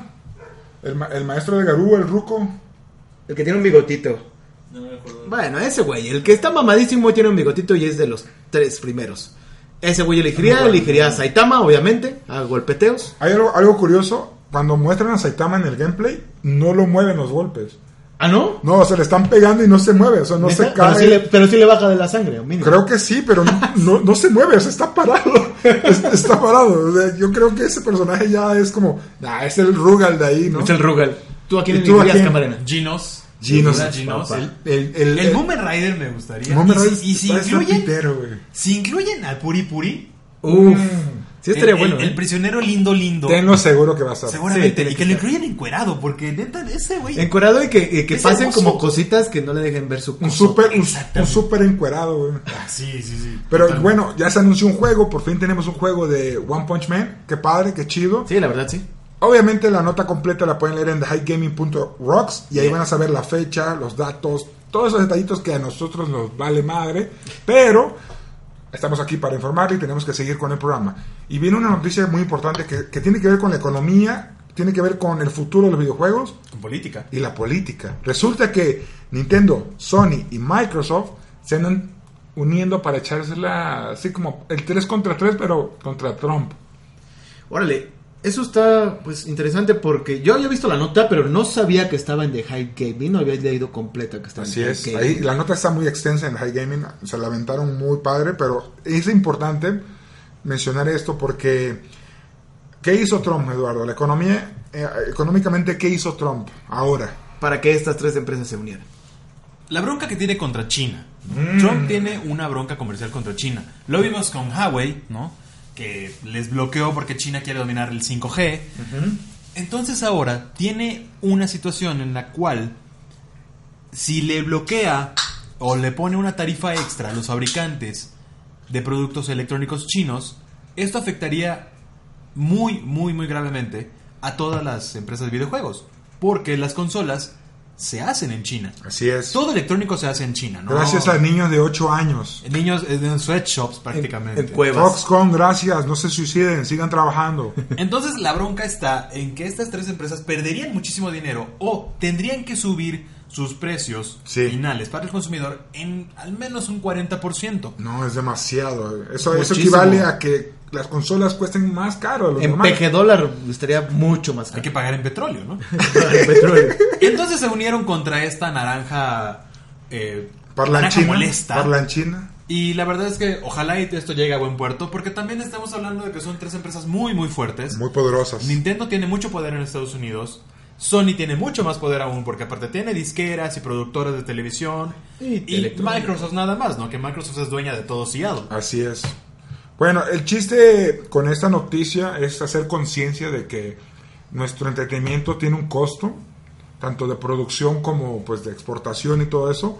B: El, ma- el maestro de Garú, el ruco.
A: El que tiene un bigotito. Bueno, ese güey, el que está mamadísimo tiene un bigotito y es de los tres primeros. Ese güey elegiría, elegiría a Saitama, obviamente, a golpeteos.
B: Hay algo, algo curioso. Cuando muestran a Saitama en el gameplay, no lo mueven los golpes.
A: ¿Ah, no?
B: No, se le están pegando y no se mueve. O sea, no
A: ¿Neta?
B: se
A: pero,
B: cae.
A: sí le, pero sí le baja de la sangre, mínimo.
B: Creo que sí, pero no, no, no se mueve. O sea, está parado. Es- está parado. O sea, yo creo que ese personaje ya es como. Ah, es el Rugal de ahí, ¿no?
A: Es el Rugal. ¿Tú a quién
B: ¿Y tú a
A: elegirías,
B: quién?
A: Camarena?
C: Genos.
B: Genos,
C: Sin duda, Genos.
A: papá.
C: El,
B: El,
C: el,
B: el-
C: Moomin Rider me gustaría.
B: Moomin
C: y si-
B: Rider
C: y si
B: parece un
C: incluyen
B: pitero, güey.
C: Si incluyen al Puri Puri,
A: Uf, sí estaría
C: el,
A: bueno.
C: el, el
A: ¿eh?
C: prisionero lindo lindo,
B: Tenlo seguro que va a ser.
A: Sí,
C: seguramente,
A: tiene
C: y
A: que
C: que lo
A: estar.
C: incluyan encuerado, porque neta, ese güey.
A: Encuerado y que, y que
C: Es
A: pasen
C: hermoso.
A: como cositas que no le dejen ver su
B: Un
A: cosa.
B: súper un,
C: Exactamente.
B: un súper encuerado, güey.
C: Ah, sí, sí, sí.
B: Pero
C: Totalmente.
B: bueno, ya se anunció un juego, por fin tenemos un juego de One Punch Man, qué padre, qué chido.
A: Sí, la verdad, sí.
B: Obviamente la nota completa la pueden leer en thehighgaming.rocks y ahí van a saber la fecha, los datos, todos esos detallitos que a nosotros nos vale madre, pero estamos aquí para informarle y tenemos que seguir con el programa. Y viene una noticia muy importante que, que tiene que ver con la economía, tiene que ver con el futuro de los videojuegos
C: Con política.
B: y la política. Resulta que Nintendo, Sony y Microsoft se andan uniendo para echársela así como el 3 contra 3, pero contra Trump.
A: Órale, eso está pues interesante porque yo había visto la nota, pero no sabía que estaba en The High Gaming, no había leído completa que estaba
B: Así
A: en The
B: es.
A: High
B: Ahí
A: Gaming.
B: la nota está muy extensa en High Gaming, se la aventaron muy padre, pero es importante mencionar esto porque ¿qué hizo Trump, Eduardo? La economía, eh, económicamente, ¿qué hizo Trump ahora?
A: Para que estas tres empresas se unieran.
C: La bronca que tiene contra China. Trump tiene una bronca comercial contra China. Lo vimos con Huawei, ¿no? Que les bloqueó porque China quiere dominar el 5G. Entonces ahora tiene una situación en la cual si le bloquea o le pone una tarifa extra a los fabricantes de productos electrónicos chinos, esto afectaría muy, muy, muy gravemente a todas las empresas de videojuegos. Porque las consolas se hacen en China.
B: Así es.
C: Todo electrónico se hace en China, ¿no?
B: Gracias a niños de 8 años.
C: Niños en sweatshops prácticamente.
A: en cuevas.
B: Foxconn, gracias. No se suiciden, sigan trabajando.
C: Entonces la bronca está en que estas tres empresas perderían muchísimo dinero o tendrían que subir sus precios
B: Sí.
C: finales para el consumidor en al menos un 40%.
B: No, es demasiado. Eso, eso
A: Muchísimo.
B: equivale a que las consolas cuesten más caro de lo
A: En
B: normal.
A: PG dólar estaría mucho más
C: Hay
A: caro.
C: que pagar en petróleo, ¿no?
A: El petróleo.
C: Entonces se unieron contra esta naranja... Eh, naranja
B: Parlanchina.
C: molesta.
B: Parlanchina.
C: Y la verdad es que ojalá y esto llegue a buen puerto, porque también estamos hablando de que son tres empresas muy, muy fuertes.
B: Muy poderosas.
C: Nintendo tiene mucho poder en Estados Unidos. Sony tiene mucho más poder aún, porque aparte tiene disqueras y productoras de televisión.
A: Y
C: Y,
A: electrónica.
C: Microsoft nada más, ¿no? Que Microsoft es dueña de todo Seattle.
B: Así es. Bueno, el chiste con esta noticia es hacer conciencia de que nuestro entretenimiento tiene un costo, tanto de producción como pues de exportación y todo eso.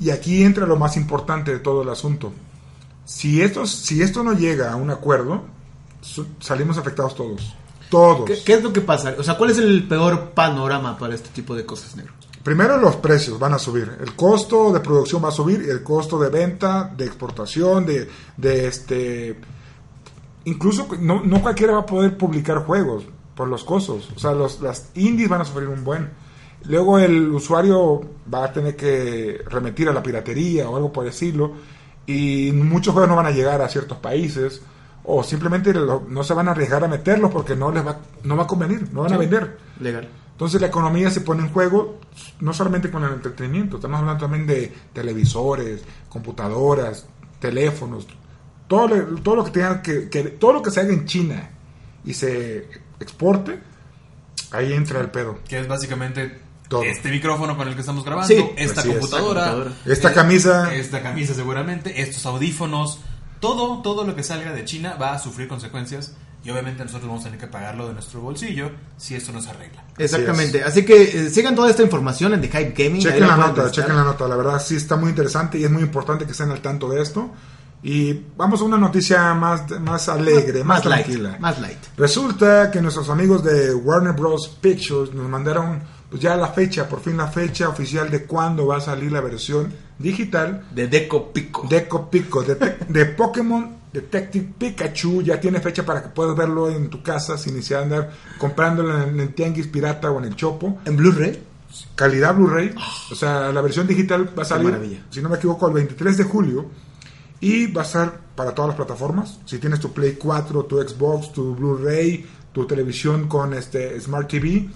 B: Y aquí entra lo más importante de todo el asunto. Si esto, si esto no llega a un acuerdo, su- salimos afectados todos. Todos.
A: ¿Qué, qué es lo que pasa? O sea, ¿cuál es el peor panorama para este tipo de cosas, negro?
B: Primero los precios van a subir, el costo de producción va a subir, el costo de venta, de exportación, de, de este... Incluso no, no cualquiera va a poder publicar juegos por los costos, o sea, los, las indies van a sufrir un buen. Luego el usuario va a tener que remitir a la piratería o algo por decirlo, y muchos juegos no van a llegar a ciertos países, o simplemente lo- no se van a arriesgar a meterlos porque no les va, no va a convenir, no van a
A: Sí.
B: vender.
A: Legal.
B: Entonces la economía se pone en juego no solamente con el entretenimiento, estamos hablando también de televisores, computadoras, teléfonos, todo, lo- todo lo que tenga que, que- todo lo que se haga en China y se exporte, ahí entra el pedo.
C: Que es básicamente
B: Todo.
C: este micrófono con el que estamos grabando,
A: Sí.
C: esta,
B: Así es,
C: computadora,
A: esta computadora.
B: Esta camisa.
C: esta camisa seguramente, estos audífonos. Todo, todo lo que salga de China va a sufrir consecuencias. Y obviamente nosotros vamos a tener que pagarlo de nuestro bolsillo si esto no se arregla.
A: Exactamente. Así, que eh, sigan toda esta información en The Hype Gaming. Ahí
B: Chequen la
A: pueden
B: nota,
A: visitar.
B: chequen la nota, la verdad sí está muy interesante y es muy importante que estén al tanto de esto. Y vamos a una noticia más, más alegre, más,
A: light,
B: tranquila.
A: Más light.
B: Resulta que nuestros amigos de Warner Bros. Pictures nos mandaron pues, ya la fecha, por fin la fecha oficial de cuándo va a salir la versión digital
A: De Deco Pico.
B: de Copico, de, de Pokémon Detective Pikachu. Ya tiene fecha para que puedas verlo en tu casa sin necesidad de andar comprándolo en el Tianguis Pirata o en el Chopo.
A: en Blu-ray. Ah.
B: Calidad Blu-ray, o sea, la versión digital va a salir,
A: maravilla.
B: si no me equivoco, el 23 de julio. Y va a ser para todas las plataformas. Si tienes tu Play 4, tu Xbox, tu Blu-ray, tu televisión con este Smart TV,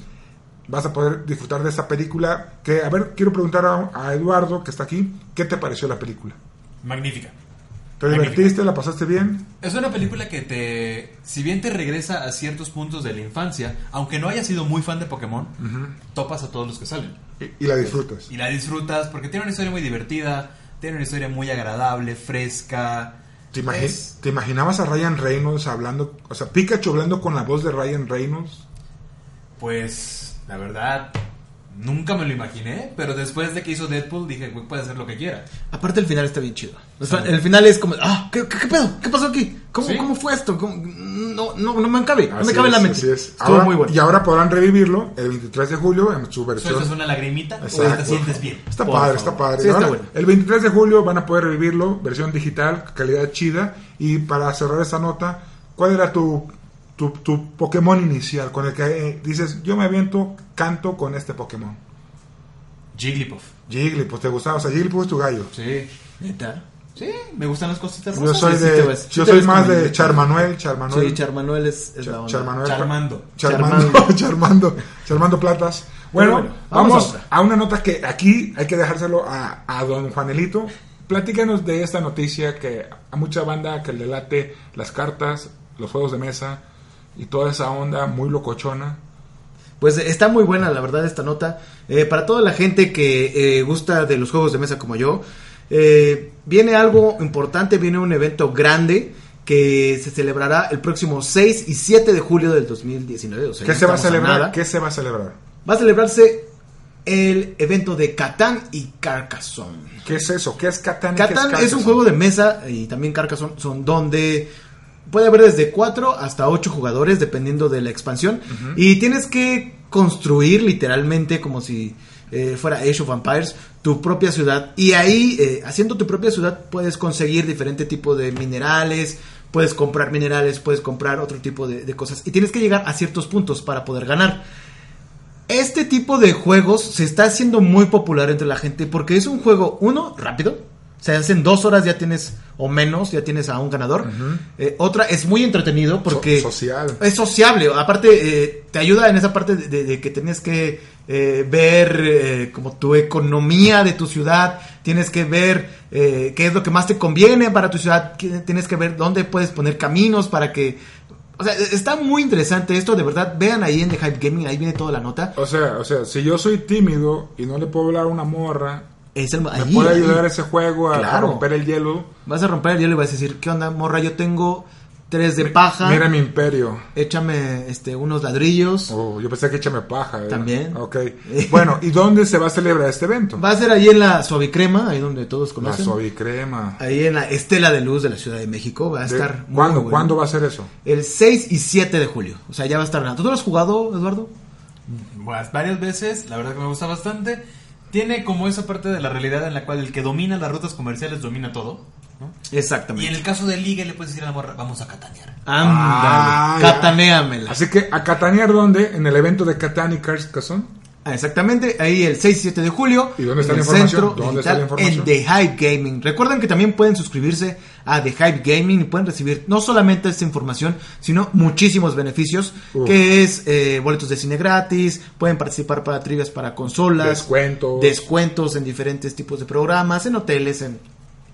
B: vas a poder disfrutar de esta película. Que, a ver, quiero preguntar a, a Eduardo, que está aquí, ¿qué te pareció la película?
C: Magnífica.
B: ¿Te
C: Magnífica.
B: divertiste? ¿La pasaste bien?
C: Es una película que te, si bien te regresa a ciertos puntos de la infancia, aunque no hayas sido muy fan de Pokémon, topas a todos los que salen.
B: Y, y la disfrutas.
C: Y la disfrutas porque tiene una historia muy divertida, tiene una historia muy agradable, fresca.
B: ¿Te, imagi-
C: Es-
B: ¿Te imaginabas a Ryan Reynolds hablando, o sea, Pikachu hablando con la voz de Ryan Reynolds?
C: Pues, la verdad, nunca me lo imaginé, pero después de que hizo Deadpool dije, güey, puede hacer lo que quiera.
A: Aparte el final está bien chido. O sea, el final es como, ah, ¿qué, qué- qué pedo? ¿Qué pasó aquí? ¿Cómo,
C: Sí.
A: cómo fue esto? ¿Cómo? No, no, no me cabe, no
B: Así
A: me cabe en la
B: es,
A: mente.
B: así es.
A: Estuvo
B: Ahora-
A: muy bueno.
B: Y ahora podrán revivirlo el 23 de julio en su versión.
C: ¿Sueltas una lagrimita o te
B: Exacto.
C: sientes bien?
B: Está
A: Por favor.
B: padre, está padre.
A: Sí, está
B: Ahora,
A: bueno.
B: El 23 de julio van a poder revivirlo, versión digital, calidad chida. Y para cerrar esta nota, ¿cuál era tu, tu, tu Pokémon inicial con el que eh, dices, yo me aviento, canto con este Pokémon?
C: Jigglypuff.
B: Jigglypuff, ¿te gustaba? O sea, Jigglypuff es tu gallo.
C: Sí.
A: Neta.
C: Sí, me gustan las cositas
B: Yo
C: rosas.
B: soy,
A: Pues, sí te
B: de,
A: ves- sí
B: yo
A: te
B: soy
A: ves
B: más
A: como
B: de
A: Jigglypuff.
B: Charmanuel, Charmanuel.
A: Sí, Charmanuel es, es la
B: Char-
A: onda.
B: Charmanuel.
C: Charmando.
B: Charmando, Charmando, Charmando Platas. Bueno,
A: Bueno,
B: vamos,
A: vamos a
B: a, una nota que aquí hay que dejárselo a, a don Juanelito. Platícanos de esta noticia que a mucha banda que le late las cartas, los juegos de mesa y toda esa onda muy locochona.
A: Pues eh, está muy buena, la verdad, esta nota. Eh, para toda la gente que eh, gusta de los juegos de mesa como yo, eh, viene algo importante, viene un evento grande que se celebrará el próximo 6 y 7 de julio del 2019. O sea,
B: ¿Qué
A: ya
B: se va a
A: estamos
B: celebrar?
A: nada.
B: ¿Qué se va a celebrar?
A: Va a celebrarse el evento de Catán y Carcassonne.
B: ¿Qué es eso? ¿Qué es Catán? y qué
A: Catán es un
B: Carcassonne?
A: juego de mesa y también Carcassonne son donde puede haber desde 4 hasta 8 jugadores, dependiendo de la expansión. Y tienes que construir literalmente como si eh, fuera Age of Vampires tu propia ciudad. Y ahí, eh, haciendo tu propia ciudad, puedes conseguir diferente tipo de minerales. Puedes comprar minerales, puedes comprar otro tipo de, de cosas. Y tienes que llegar a ciertos puntos para poder ganar. Este tipo de juegos se está haciendo muy popular entre la gente porque es un juego, uno, rápido. Se hace en dos horas ya tienes, o menos, ya tienes a un ganador. Eh, otra, es muy entretenido porque...
B: So- social.
A: Es sociable. Aparte, eh, te ayuda en esa parte de, de- de que tienes que eh, ver eh, como tu economía de tu ciudad. Tienes que ver eh, qué es lo que más te conviene para tu ciudad. qué- Tienes que ver dónde puedes poner caminos para que... O sea, e- está muy interesante esto, de verdad. Vean ahí en The Hype Gaming, ahí viene toda la nota.
B: O sea, o sea, si yo soy tímido y no le puedo hablar a una morra,
A: Es el,
B: me
A: ahí,
B: puede
A: ahí.
B: ayudar ese juego a, a
A: Claro.
B: romper el hielo.
A: Vas a romper el hielo y vas a decir, ¿qué onda, morra? Yo tengo tres de paja.
B: Mira mi imperio.
A: Échame este, unos ladrillos.
B: Oh, yo pensé que échame paja. ¿eh?
A: También.
B: Ok. Bueno, ¿y dónde se va a celebrar este evento?
A: Va a ser ahí en la Suavicrema, ahí donde todos
B: La
A: conocen.
B: suavicrema.
A: Ahí en la Estela de Luz de la Ciudad de México. Va a
B: De-
A: estar. muy
B: ¿Cuándo,
A: bueno.
B: ¿Cuándo va a ser eso?
A: El 6 y 7 de julio. O sea, ya va a estar. ¿Tú lo has jugado, Eduardo?
C: Buenas- Pues, varias veces, la verdad que me gusta bastante. Tiene como esa parte de la realidad en la cual el que domina las rutas comerciales domina todo. ¿no? Y en
A: Exactamente.
C: el caso de Liga le puedes decir a la morra, vamos a catanear.
B: Ah,
A: Ándale.
B: ya.
A: Cataneamela.
B: Así que, ¿a Catanear dónde? En el evento de Catán y Cars Cazón.
A: Ah, Exactamente, ahí el 6 y 7 de julio.
B: ¿Y dónde está
A: en
B: la
A: el
B: información?
A: Centro
B: ¿Dónde está la
A: Digital,
B: información?
A: En The Hype Gaming. Recuerden que también pueden suscribirse a The Hype Gaming y pueden recibir no solamente esta información, sino muchísimos beneficios,
B: Uf.
A: que es eh, boletos de cine gratis, pueden participar para trivias para consolas,
B: Descuentos.
A: descuentos en diferentes tipos de programas, en hoteles, en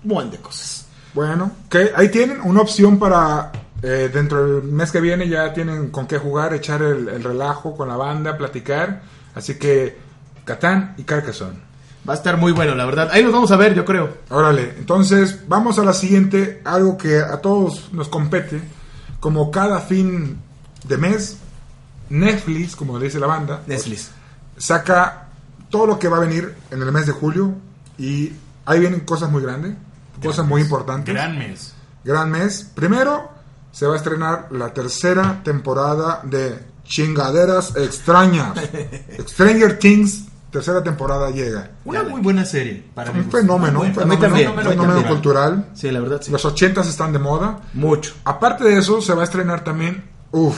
A: un buen de cosas.
B: Bueno, que ahí tienen una opción para eh, dentro del mes que viene ya tienen con qué jugar, echar el, el relajo con la banda, platicar. Así que Catán y Carcassonne.
A: Va a estar muy bueno, la verdad. Ahí nos vamos a ver, yo creo.
B: Órale, entonces vamos a la siguiente, algo que a todos nos compete, como cada fin de mes, Netflix, como le dice la banda,
A: Netflix.
B: saca todo lo que va a venir en el mes de julio y ahí vienen cosas muy grandes, cosas muy importantes.
C: Gran mes.
B: gran mes. Primero se va a estrenar la tercera temporada de Chingaderas Extrañas. Stranger Things, tercera temporada llega.
C: Una muy buena serie.
A: Ah,
C: Para mi
B: Un
C: gusto.
B: fenómeno,
C: Muy
B: un
C: buena.
A: mí también,
B: fenómeno, un
A: a mí
B: fenómeno
A: también.
B: cultural.
A: Sí, la verdad, sí.
B: Los ochentas están de moda.
A: Mucho.
B: Aparte de eso, se va a estrenar también, uff,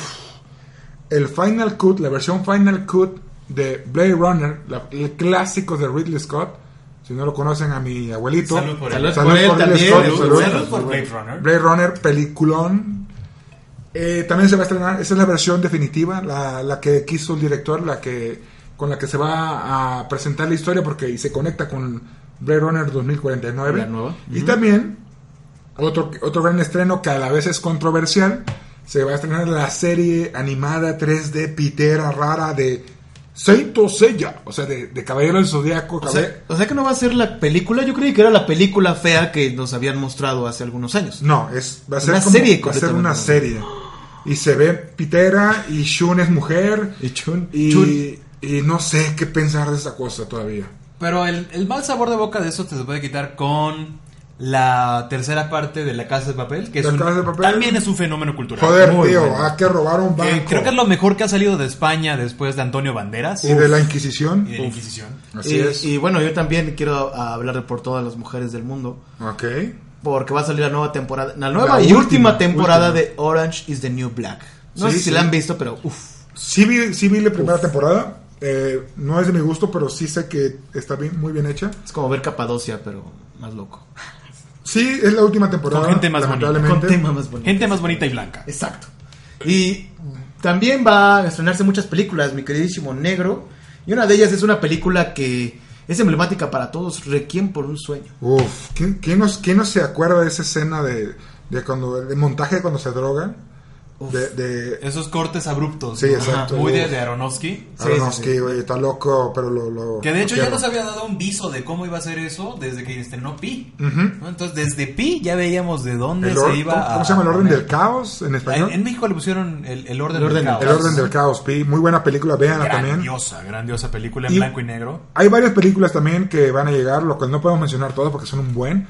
B: el Final Cut, la versión Final Cut de Blade Runner, la- el clásico de Ridley Scott. Si no lo conocen a mi abuelito.
C: Salud por él.
A: Salud por él
B: Ridley
A: también.
B: Scott,
C: Salud,
A: Salud.
C: salud por Blade Runner.
B: Blade Runner, peliculón. Eh, también se va a estrenar, esa es la versión definitiva, la, la que quiso el director, la que con la que se va a presentar la historia porque y se conecta con Blade Runner 2049.
A: La nueva.
B: Y también otro, otro gran estreno que a la vez es controversial, se va a estrenar la serie animada 3D pitera rara de Seito Seiya, o sea, de, de Caballero del Zodíaco.
A: O sea, o sea que no va a ser la película. Yo creí que era la película fea que nos habían mostrado hace algunos años.
B: No, es, va a ser
A: Una
B: como-
A: serie
B: va a ser
A: completamente.
B: una serie. Y se ve Pitera y Shun es mujer.
A: Y Chun.
B: Y, y no sé qué pensar de esa cosa todavía.
C: Pero el, el mal sabor de boca de eso te se puede quitar con la tercera parte de La Casa de Papel, que es
B: La
C: un-
B: Casa de Papel.
C: también es un fenómeno cultural.
B: Joder,
A: Muy
B: tío,
A: bueno.
B: a que robaron
C: Que
B: banco.
C: Eh, creo que es lo mejor que ha salido de España después de Antonio Banderas
B: Y de la Inquisición.
C: y de la Inquisición.
B: Así
A: y,
B: es.
A: y bueno, yo también quiero ah, hablar por todas las mujeres del mundo.
B: ok.
A: Porque va a salir la nueva temporada. La nueva
B: La
A: y última,
B: última,
A: temporada
B: última.
A: de Orange is the New Black. No
B: Sí,
A: sé si
B: sí.
A: la han visto, pero uff.
B: Sí vi, sí vi la primera temporada. Eh, no es de mi gusto, pero sí sé que está bien, muy bien hecha.
A: Es como ver Capadocia, pero más loco.
B: Sí, es la última temporada.
C: Con gente más bonita.
A: Con
B: lamentablemente.
A: tema más bonito.
C: Gente más bonita y blanca.
A: Exacto. Y también va a estrenarse muchas películas, mi queridísimo negro. Y una de ellas es una película que es emblemática para todos, Requiem por un sueño.
B: Uf, ¿quién, quién nos- quién no se acuerda de esa escena de, de cuando el montaje de cuando se droga?
A: Uf.
B: De, de-
C: Esos cortes abruptos.
B: Sí,
C: ¿no?
B: exacto.
C: Muy de, de Aronofsky.
A: Sí, sí,
B: Aronofsky,
A: sí.
B: güey, está loco, pero lo... lo-
C: Que de hecho
B: lo
C: ya nos
B: quiero.
C: había dado un viso de cómo iba a ser eso desde que estrenó Pi. ¿no? Entonces desde Pi ya veíamos de dónde
B: El or-
C: se iba
B: ¿cómo,
C: a...
B: cómo se llama? ¿El orden del caos en
C: En,
B: español?
C: en México le pusieron el, el orden,
A: El orden del
C: del caos.
B: el orden del caos, Pi. Muy buena película, véanla también.
C: Grandiosa, grandiosa película en
B: Y-
C: blanco y negro.
B: Hay varias películas también que van a llegar, lo cual no podemos mencionar todas porque son un buen.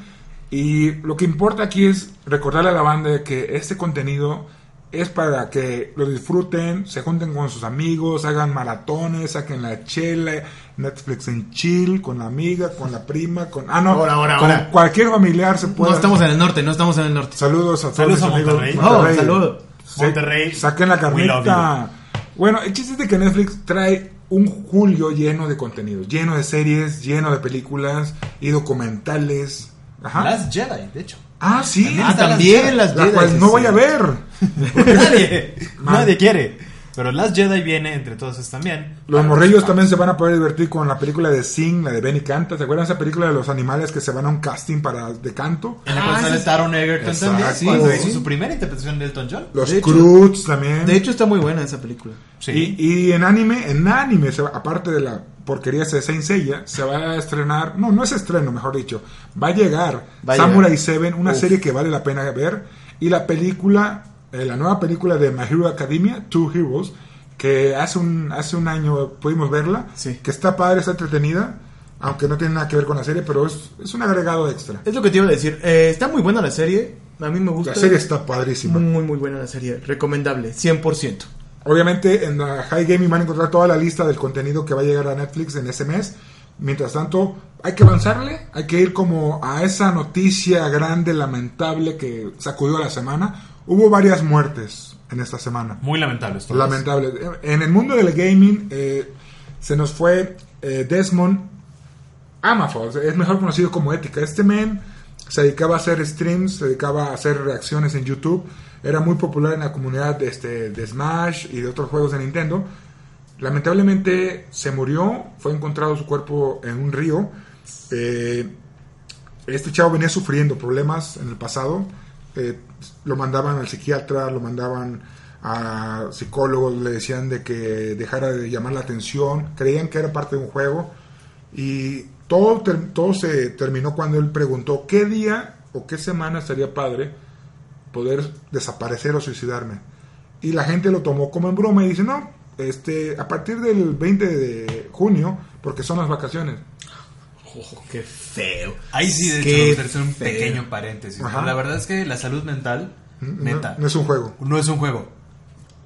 B: Y lo que importa aquí es recordarle a la banda que este contenido es para que lo disfruten, se junten con sus amigos, hagan maratones, saquen la chela, Netflix en chill, con la amiga, con la prima, con... Ah, no,
A: Ahora, ahora,
B: con
A: ahora.
B: cualquier familiar se puede...
A: No estamos en el norte, no estamos en el norte.
B: Saludos a todos
C: Saludos
B: mis
C: a
B: amigos
C: Monterrey.
A: No, Oh, saludos.
B: Sí,
C: Monterrey,
B: Saquen la
C: we love
B: carnita. Bueno, el chiste es de que Netflix trae un julio lleno de contenido, lleno de series, lleno de películas y documentales. Ajá.
C: Last Jedi, de hecho.
B: Ah, sí.
A: Ah, también las
B: la
A: Jedi,
B: cual
A: sí,
B: no
A: sí.
B: voy a ver.
C: nadie,
B: Man.
C: nadie quiere. Pero Last Jedi viene entre todos esas también.
B: Los
A: Ah,
C: Para-
B: morrillos también se van a poder divertir con la película de Sing, la de Benny Canta. ¿Te acuerdas esa película de los animales que se van a un casting para de canto?
C: En la cual
A: Ah,
C: sale
A: sí. Oh,
C: Taron Egerton
B: Exacto.
C: también.
B: Sí,
C: cuando
A: sí.
C: hizo su primera interpretación de Elton John.
B: Los
A: De hecho-
B: Croods también.
A: De hecho, está muy buena esa película.
C: Sí.
B: Y, y en anime, en anime, se va- aparte de la porquería esa de Saint Seiya, se va a estrenar, no, no es estreno, mejor dicho, va a llegar
A: Va a
B: Samurai
A: llegar.
B: Seven, una
A: Uf.
B: serie que vale la pena ver, y la película, eh, la nueva película de My Hero Academia, Two Heroes, que hace un, hace un año pudimos verla,
A: Sí.
B: que está padre, está entretenida, aunque no tiene nada que ver con la serie, pero es, es un agregado extra.
A: Es lo que te iba a decir. Eh, está muy buena la serie. A mí me gusta.
B: La serie está padrísima.
A: Muy, muy buena la serie. Recomendable. 100%.
B: Obviamente en la High Gaming van a encontrar toda la lista del contenido que va a llegar a Netflix en ese mes. Mientras tanto, hay que avanzarle, hay que ir como a esa noticia grande, lamentable que sacudió la semana. Hubo varias muertes en esta semana.
C: Muy lamentable esto.
B: Lamentable. En el mundo del gaming eh, se nos fue eh, Desmond Amafor, es mejor conocido como Ética. Este men se dedicaba a hacer streams, se dedicaba a hacer reacciones en YouTube. Era muy popular en la comunidad de, este, de Smash y de otros juegos de Nintendo. Lamentablemente se murió, fue encontrado su cuerpo en un río. Eh, este chavo venía sufriendo problemas en el pasado. Eh, lo mandaban al psiquiatra, lo mandaban a psicólogos, le decían de que dejara de llamar la atención, creían que era parte de un juego y todo, ter- todo se terminó cuando él preguntó qué día o qué semana estaría padre poder desaparecer o suicidarme. Y la gente lo tomó como en broma y dice, no, este, a partir del 20 de junio, porque son las vacaciones.
A: qué feo.
C: Ahí sí, de hecho,
A: Qué
C: vamos a hacer un
A: feo.
C: pequeño paréntesis.
B: Ajá.
C: La verdad es que la salud mental,
B: No-
C: neta,
B: no es un juego.
C: no es un juego.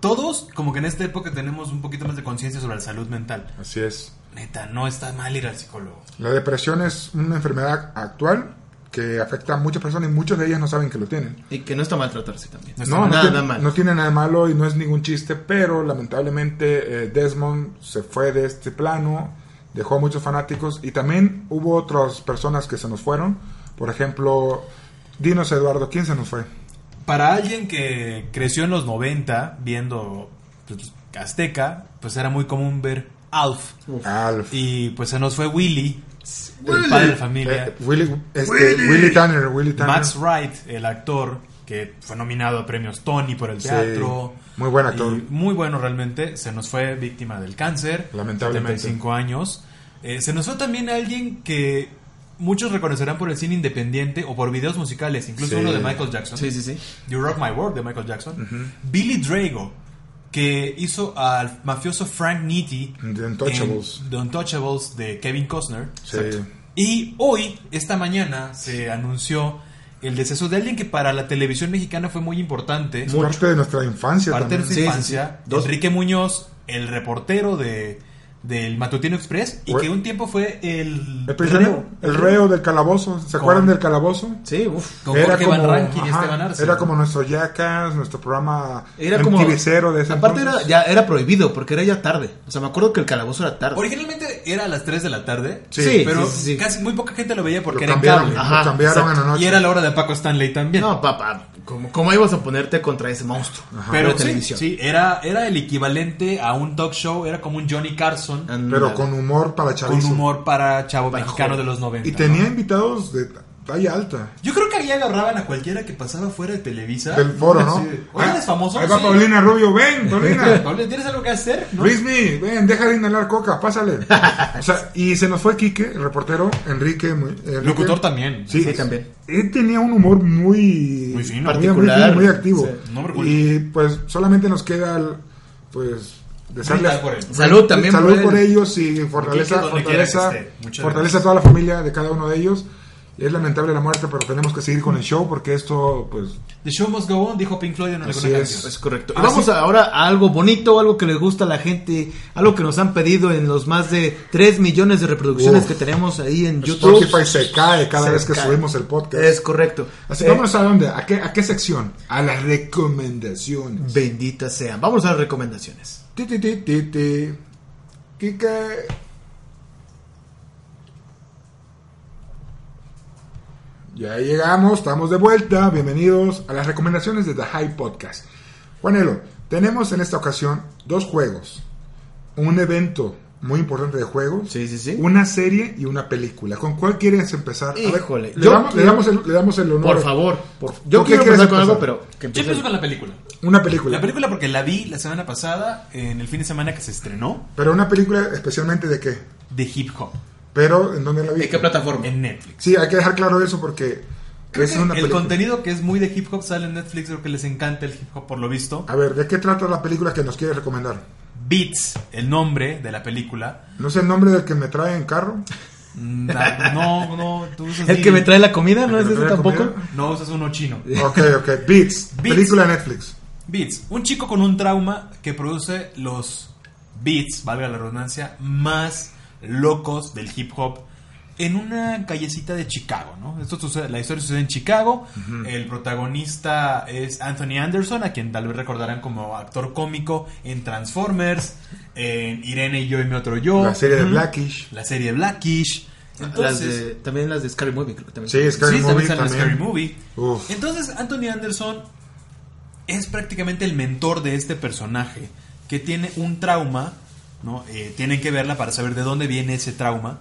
C: Todos, como que en esta época tenemos un poquito más de conciencia sobre la salud mental.
B: Así es.
C: Neta, no está mal ir al psicólogo.
B: La depresión es una enfermedad actual que afecta a muchas personas y muchas de ellas no saben que lo tienen.
A: Y que no está mal tratarse también.
C: No está
B: No, no,
A: nada
B: tiene,
A: mal.
B: no tiene nada de malo y no es ningún chiste, pero lamentablemente eh, Desmond se fue de este plano, dejó a muchos fanáticos y también hubo otras personas que se nos fueron. Por ejemplo, dinos Eduardo, ¿quién se nos fue?
C: Para alguien que creció en los 90 viendo pues, Azteca, pues era muy común ver Alf.
B: Alf.
C: Y pues se nos fue Willy,
A: Willy.
C: el padre de la familia.
B: Eh, Willy, este,
A: Willy.
B: Willy Tanner, Willy Tanner.
C: Max Wright, el actor que fue nominado a premios Tony por el
B: Sí,
C: teatro.
B: muy buen actor.
C: Y muy bueno realmente. Se nos fue víctima del cáncer.
B: Lamentablemente.
C: 75 años. Eh, se nos fue también alguien que muchos reconocerán por el cine independiente o por videos musicales. Incluso
B: Sí.
C: uno de Michael Jackson.
A: Sí, sí, sí.
C: You Rock My World de Michael Jackson. Billy Drago, que hizo al mafioso Frank Nitti.
B: The Mm. Untouchables.
C: en The Untouchables de Kevin Costner.
B: Sí.
C: Y hoy, esta mañana, se anunció el deceso de alguien que para la televisión mexicana fue muy importante.
B: Es parte de nuestra infancia
C: parte de
B: también.
C: nuestra
A: Sí, sí,
C: infancia.
A: sí. Dos-
C: Enrique Muñoz, el reportero de del Matutino Express, y
B: Fue-
C: que un tiempo fue el,
B: El prisionero, el reo del calabozo. ¿Se acuerdan
C: Con-
B: del calabozo?
A: Sí, uff.
C: Con Jorge Van Rankin y este Esteban Arce.
B: Era como nuestro Jackass, nuestro programa
A: Era como.
B: MTVcero de ese
A: aparte, era,
B: entonces.
A: ya era prohibido porque era ya tarde. O sea, me acuerdo que el calabozo era tarde.
C: Originalmente era a las 3 de la tarde,
B: Sí,
C: pero
A: sí, sí, sí.
C: casi muy poca gente lo veía porque
B: Lo
C: era en
B: cambiaron,
C: cable.
B: lo
A: Ajá,
B: cambiaron en la
A: exacto.
B: noche.
C: Y era la hora de Paco Stanley también.
A: No, papá. ¿cómo, cómo ibas a ponerte contra ese monstruo?
C: pero
A: De
C: sí,
A: televisión.
C: sí, era, era el equivalente a un talk show, era como un Johnny Carson
A: Ándale.
B: Pero con humor para
C: con
B: chavizo.
C: humor para chavo
A: Para
C: mexicano
A: joven.
C: de los 90.
B: Y
C: ¿no?
B: tenía invitados de talla alta.
C: Yo creo que ahí agarraban a cualquiera que pasaba fuera de Televisa.
B: Del foro, ¿no? Ah,
C: Sí. Oye, ¿eres famoso?
B: Ahí va
C: Sí.
B: Paulina Rubio, ven, Paulina.
C: Paulina, ¿Tienes algo que hacer? ¿No?
B: Luismi, ven, deja de inhalar coca, pásale. O sea, y se nos fue Quique, el reportero, Enrique. Mu- Enrique.
C: Locutor también.
B: Sí,
A: Sí, también.
B: Él tenía un humor muy,
C: Muy fino.
A: Particular.
B: muy, muy activo.
A: Sí,
C: un hombre
B: y pues solamente nos queda, el, pues, desearle
C: Brindar por él.
A: Salud también
B: salud
A: por
B: por,
A: él.
B: ellos y fortaleza,
C: Donde quiera que
B: fortaleza,
C: esté. Muchas
B: fortaleza
C: gracias.
B: a toda la familia de cada uno de ellos. Es lamentable la muerte, pero tenemos que seguir con el show porque esto, pues,
C: The Show Must Go On, dijo Pink Floyd en alguna
B: Así es.
C: canción.
A: Es correcto. Y
C: Ah,
B: Ahora
A: vamos
B: sí.
A: a- ahora a algo bonito, algo que le gusta a la gente, algo que nos han pedido en los más de 3 millones de reproducciones
B: Uf.
A: que tenemos ahí en YouTube.
B: Spotify se cae cada
A: Se
B: vez que
A: cae.
B: subimos el podcast.
A: Es correcto.
B: Así
A: Eh,
B: que vámonos a dónde, ¿A qué, a qué sección? A las recomendaciones.
A: Bendita sea. Vamos a las recomendaciones.
B: Ti, ti, ti, ti, ti. Kike. Ya llegamos, estamos de vuelta. Bienvenidos a las recomendaciones de The High Podcast. Juanelo, tenemos en esta ocasión dos juegos, un evento muy importante de juegos,
A: Sí, sí, sí.
B: una serie y una película. ¿Con cuál quieres empezar? A ver,
A: Híjole,
B: le,
A: yo
B: damos, le
A: quiero-
B: damos el, le damos el honor.
A: Por favor. por-
B: ¿Tú
A: yo
B: qué
A: quiero
B: quieres
A: empezar con algo,
B: empezar?
A: pero que
C: Yo
A: empiece-
C: empiezo con la película.
B: Una película.
C: La película porque la vi la semana pasada, en el fin de semana que se estrenó,
B: Pero una película especialmente de qué?
C: de hip hop,
B: Pero ¿en dónde la vi?
A: plataforma?
C: en Netflix.
B: Sí, hay que dejar claro eso porque
C: Creo
B: es
C: que
B: una
C: el
B: película.
C: contenido que es muy de hip hop sale en Netflix, creo que les encanta el hip hop por lo visto.
B: A ver, ¿de qué trata la película que nos quieres recomendar?
C: Beats, el nombre de la película.
B: No sé el nombre del que me trae en carro.
C: Mm, da- No, no, tú usas
A: El que
C: Didi.
A: me trae la comida, ¿no
B: ¿El
A: es
B: que me
A: ese
B: trae la
A: tampoco?
B: comida?
C: No, usas uno chino.
B: Ok, ok. Beats.
C: Beats.
B: Película de Netflix.
C: Beats, un chico con un trauma que produce los beats, valga la redundancia, más locos del hip hop en una callecita de Chicago, ¿no? Esto sucede- la historia sucede en Chicago. El protagonista es Anthony Anderson, a quien tal vez recordarán como actor cómico en Transformers, en Irene y yo y mi otro yo,
B: La serie de
A: ujú.
B: Blackish.
C: la serie Blackish.
A: Las
C: Entonces,
A: de, también las de Scary Movie. creo que también.
B: Sí, Scary
C: sí,
B: Movie
C: también sale en
B: también.
C: Scary Movie.
B: Uf.
C: Entonces, Anthony Anderson es prácticamente el mentor de este personaje que tiene un trauma, ¿no? Eh, tienen que verla para saber de dónde viene ese trauma.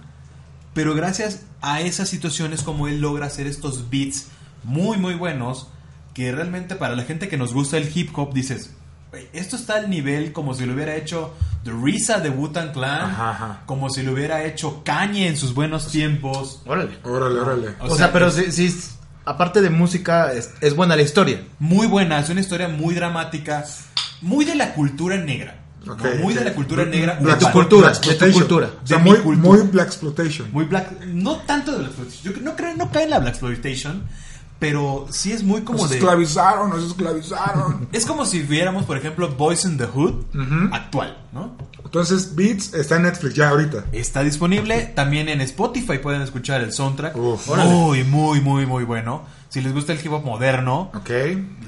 C: Pero gracias a esas situaciones como él logra hacer estos beats muy muy buenos que realmente para la gente que nos gusta el hip hop dices, "Güey, esto está al nivel como si lo hubiera hecho The Risa de Wu-Tang Clan,
B: Ajá, ajá.
C: como si lo hubiera hecho Kanye en sus buenos tiempos.
A: Órale.
B: Órale, órale.
A: O, sea, pero sí, sí, es- aparte de música, es, es buena la historia.
C: Muy buena, es una historia muy dramática, muy de la cultura negra. ¿no?
B: Ok.
C: Ah, Muy de la cultura negra.
B: Black-
A: tu
C: urbana.
A: cultura,
B: Black
A: de tu
B: exploitation.
A: cultura.
B: O sea,
C: De mi
B: muy,
C: cultura.
B: muy Black Exploitation.
C: Muy black. No tanto de la exploitation. Yo no creo, no cae en la black exploitation, pero sí es muy como
B: Nos
C: de.
B: esclavizaron, nos esclavizaron.
C: Es como si viéramos, por ejemplo, Boys in the Hood
B: Ujú.
C: actual, ¿no?
B: Entonces, Beats está en Netflix ya ahorita.
C: Está disponible también en Spotify, pueden escuchar el soundtrack.
B: Uf.
C: muy, muy, muy, muy bueno. Si les gusta el hip hop moderno,
B: Ok.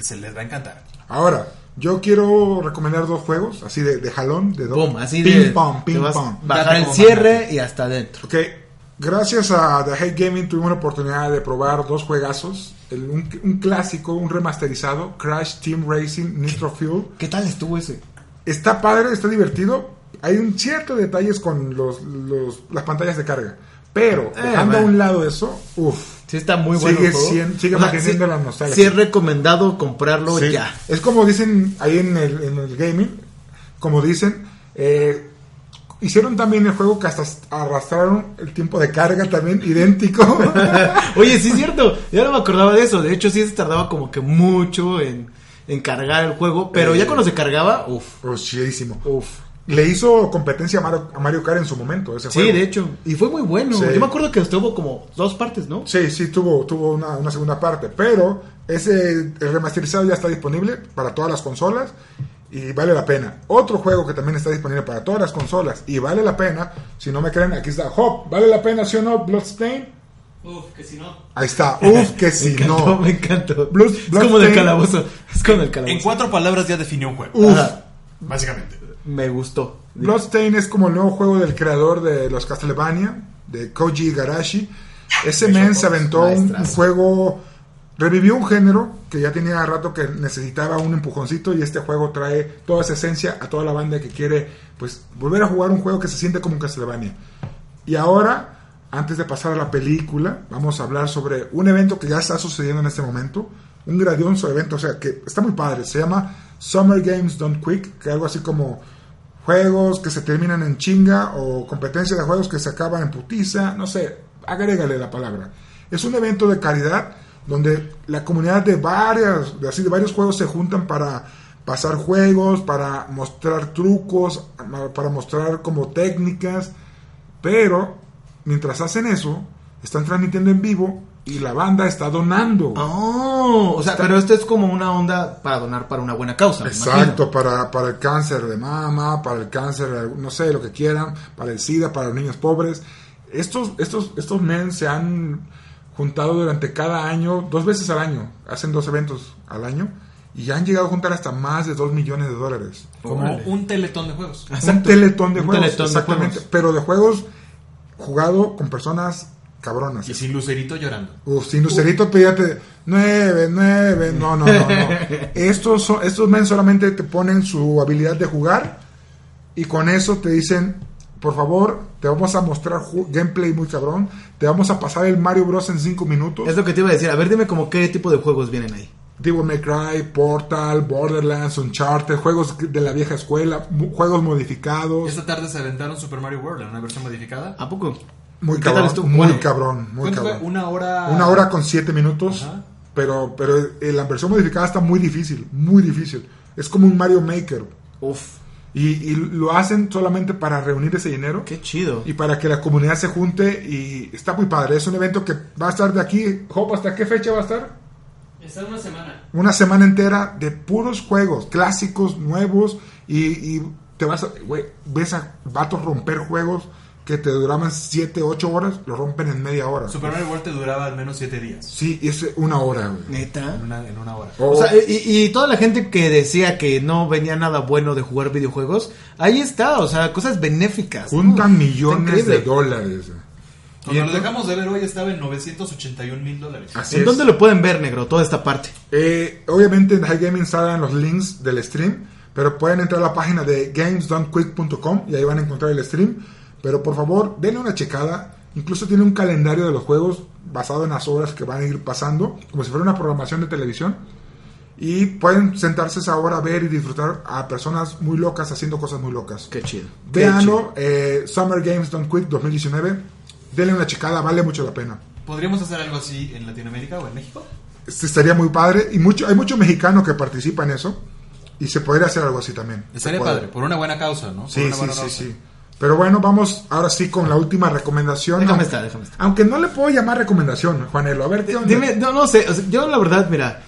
C: se les va a encantar.
B: Ahora, yo quiero recomendar dos juegos, así de, de jalón, de dos.
A: Boom, así
B: ping
A: de.
B: pong,
A: te
B: ping
A: vas
B: pong.
A: a Bajar
C: Date
A: el
C: como
A: cierre y hasta adentro.
B: Ok, gracias a The Hate Gaming tuvimos la oportunidad de probar dos juegazos. El- un, un clásico, un remasterizado, Crash Team Racing Nitro Fuel.
A: ¿Qué tal estuvo ese?
B: Está padre, está divertido. Hay un cierto detalles con los, los- las pantallas de carga. Pero, dejando a
A: bueno.
B: un lado eso, uff.
A: Sí, está muy bueno.
B: Sigue
A: el juego.
B: sien- sigue manteniendo
A: sí-
B: la nostalgia.
A: Sí, es recomendado comprarlo ya.
B: Es como dicen ahí en el, en el gaming, como dicen, eh, hicieron también el juego que hasta arrastraron el tiempo de carga también idéntico.
A: Oye, sí es cierto. Ya no me acordaba de eso. De hecho, sí se tardaba como que mucho en, en cargar el juego. Pero ya cuando se cargaba, uff,
B: Oh, chidísimo.
A: uff.
B: Le hizo competencia a Mario, a Mario Kart en su momento ese
A: Sí,
B: juego.
A: de hecho. Y fue muy bueno.
B: Sí.
A: Yo me acuerdo que estuvo como dos partes, ¿no?
B: Sí, sí, tuvo, tuvo una, una segunda parte, pero ese el remasterizado ya está disponible para todas las consolas y vale la pena. Otro juego que también está disponible para todas las consolas y vale la pena, si no me creen, aquí está Hop, ¿vale la pena, sí o no? Bloodstain.
C: Uf, que si no.
B: Ahí está, uf, que
A: Me
B: si
A: encantó,
B: no.
A: me encantó.
B: Blues-
A: es
B: Blood
A: como del
B: Stain.
A: calabozo. Es como del
C: En
A: calabozo.
C: cuatro palabras ya definió un juego.
B: Uf,
A: Ajá,
C: Básicamente.
A: me gustó.
B: Bloodstain es como el nuevo juego del creador de los Castlevania, de Koji Igarashi. Ese men se aventó un, un
A: Maestrazo.
B: juego, revivió un género que ya tenía rato que necesitaba un empujoncito y este juego trae toda esa esencia a toda la banda que quiere pues volver a jugar un juego que se siente como un Castlevania. Y ahora, antes de pasar a la película, vamos a hablar sobre un evento que ya está sucediendo en este momento. Un grandioso evento, o sea, que está muy padre. Se llama Summer Games Don't Quick, que algo así como juegos que se terminan en chinga o competencia de juegos que se acaban en putiza, no sé, agrégale la palabra. Es un evento de calidad donde la comunidad de varias, de así de varios juegos se juntan para pasar juegos, para mostrar trucos, para mostrar como técnicas, pero mientras hacen eso, están transmitiendo en vivo y la banda está donando.
A: Oh, o sea, pero esto es como una onda para donar para una buena causa. me
B: Exacto, para, para el cáncer de mama, para el cáncer, no sé, lo que quieran, para el SIDA, para los niños pobres. Estos, estos, estos men se han juntado durante cada año, dos veces al año, hacen dos eventos al año y han llegado a juntar hasta más de dos millones de dólares.
C: Como
A: Órale.
C: un teletón de juegos.
A: Oh, Exacto.
B: Un teletón de
A: Un
B: juegos,
A: teletón de
B: exactamente,
A: juegos.
B: pero de juegos jugado con personas cabronas.
C: Y sin lucerito llorando.
B: Uf, sin Lucerito, pídate nueve, nueve. No, no, no, no. Estos, son, estos men solamente te ponen su habilidad de jugar y con eso te dicen, por favor, te vamos a mostrar ju- gameplay muy cabrón, te vamos a pasar el Mario Bros. en cinco minutos.
A: imagino. Es lo que te iba a decir. A ver, dime como qué tipo de juegos vienen ahí.
B: Devil May Cry, Portal, Borderlands, Uncharted, juegos de la vieja escuela, mu- juegos modificados.
C: Esta tarde se aventaron Super Mario World en una versión modificada.
A: ¿A poco?
B: Muy
A: ¿Qué tal
B: cabrón,
A: estuvo?
B: muy
A: Bueno,
B: cabrón, Ah, muy
C: ¿Cuánto fue?
B: cabrón.
C: Una hora.
B: Una hora con siete minutos.
C: Ajá.
B: Pero, pero eh, la versión modificada está muy difícil, muy difícil. Es como un Mario Maker.
A: Uf,
B: Y, y lo hacen solamente para reunir ese dinero
A: qué chido.
B: y para que la comunidad se junte. Y está muy padre. Es un evento que va a estar de aquí. Job, ¿hasta qué fecha va a estar?
D: Está una semana.
B: Una semana entera de puros juegos, clásicos, nuevos. Y, y te vas a. güey, ves a vatos romper juegos que te duraban 7, 8 horas, lo rompen en media hora.
C: Super Mario World te duraba al menos 7 días.
B: Sí, es una hora, güey.
A: Neta.
C: En una, en una hora.
A: O sea, y, y toda la gente que decía que no venía nada bueno de jugar videojuegos, ahí está, o sea, cosas benéficas.
B: Juntan
A: Uf, está
B: millones
A: increíble.
B: de dólares.
C: Cuando lo dejamos de ver hoy estaba en 981 mil dólares.
B: Así
A: ¿En
B: es.
A: dónde lo pueden ver, negro? Toda esta parte.
B: Eh, obviamente en High Gaming salen los links del stream, pero pueden entrar a la página de gamesdonequick.com y ahí van a encontrar el stream. Pero por favor, denle una checada. Incluso tiene un calendario de los juegos basado en las horas que van a ir pasando, como si fuera una programación de televisión. Y pueden sentarse esa hora a ver y disfrutar a personas muy locas haciendo cosas muy locas.
A: Qué chido. Qué chido.
B: Véanlo, eh, Summer Games Don't Quit 2019. Denle una checada, vale mucho la pena.
C: ¿Podríamos hacer algo así en Latinoamérica o en México?
B: Este estaría muy padre. Y mucho, hay mucho mexicano que participa en eso. Y se podría hacer algo así también.
C: Estaría
B: Se puede.
C: padre, por una buena causa, ¿no? Por
B: Sí,
C: una
B: sí,
C: buena
B: sí,
C: causa.
B: sí. Pero bueno, vamos ahora sí con la última recomendación.
A: Déjame
B: Aunque-
A: estar, déjame estar.
B: Aunque no le puedo llamar recomendación, Juanelo. A ver, ¿qué onda?
A: Dime, no, no sé, o sea, yo la verdad, mira,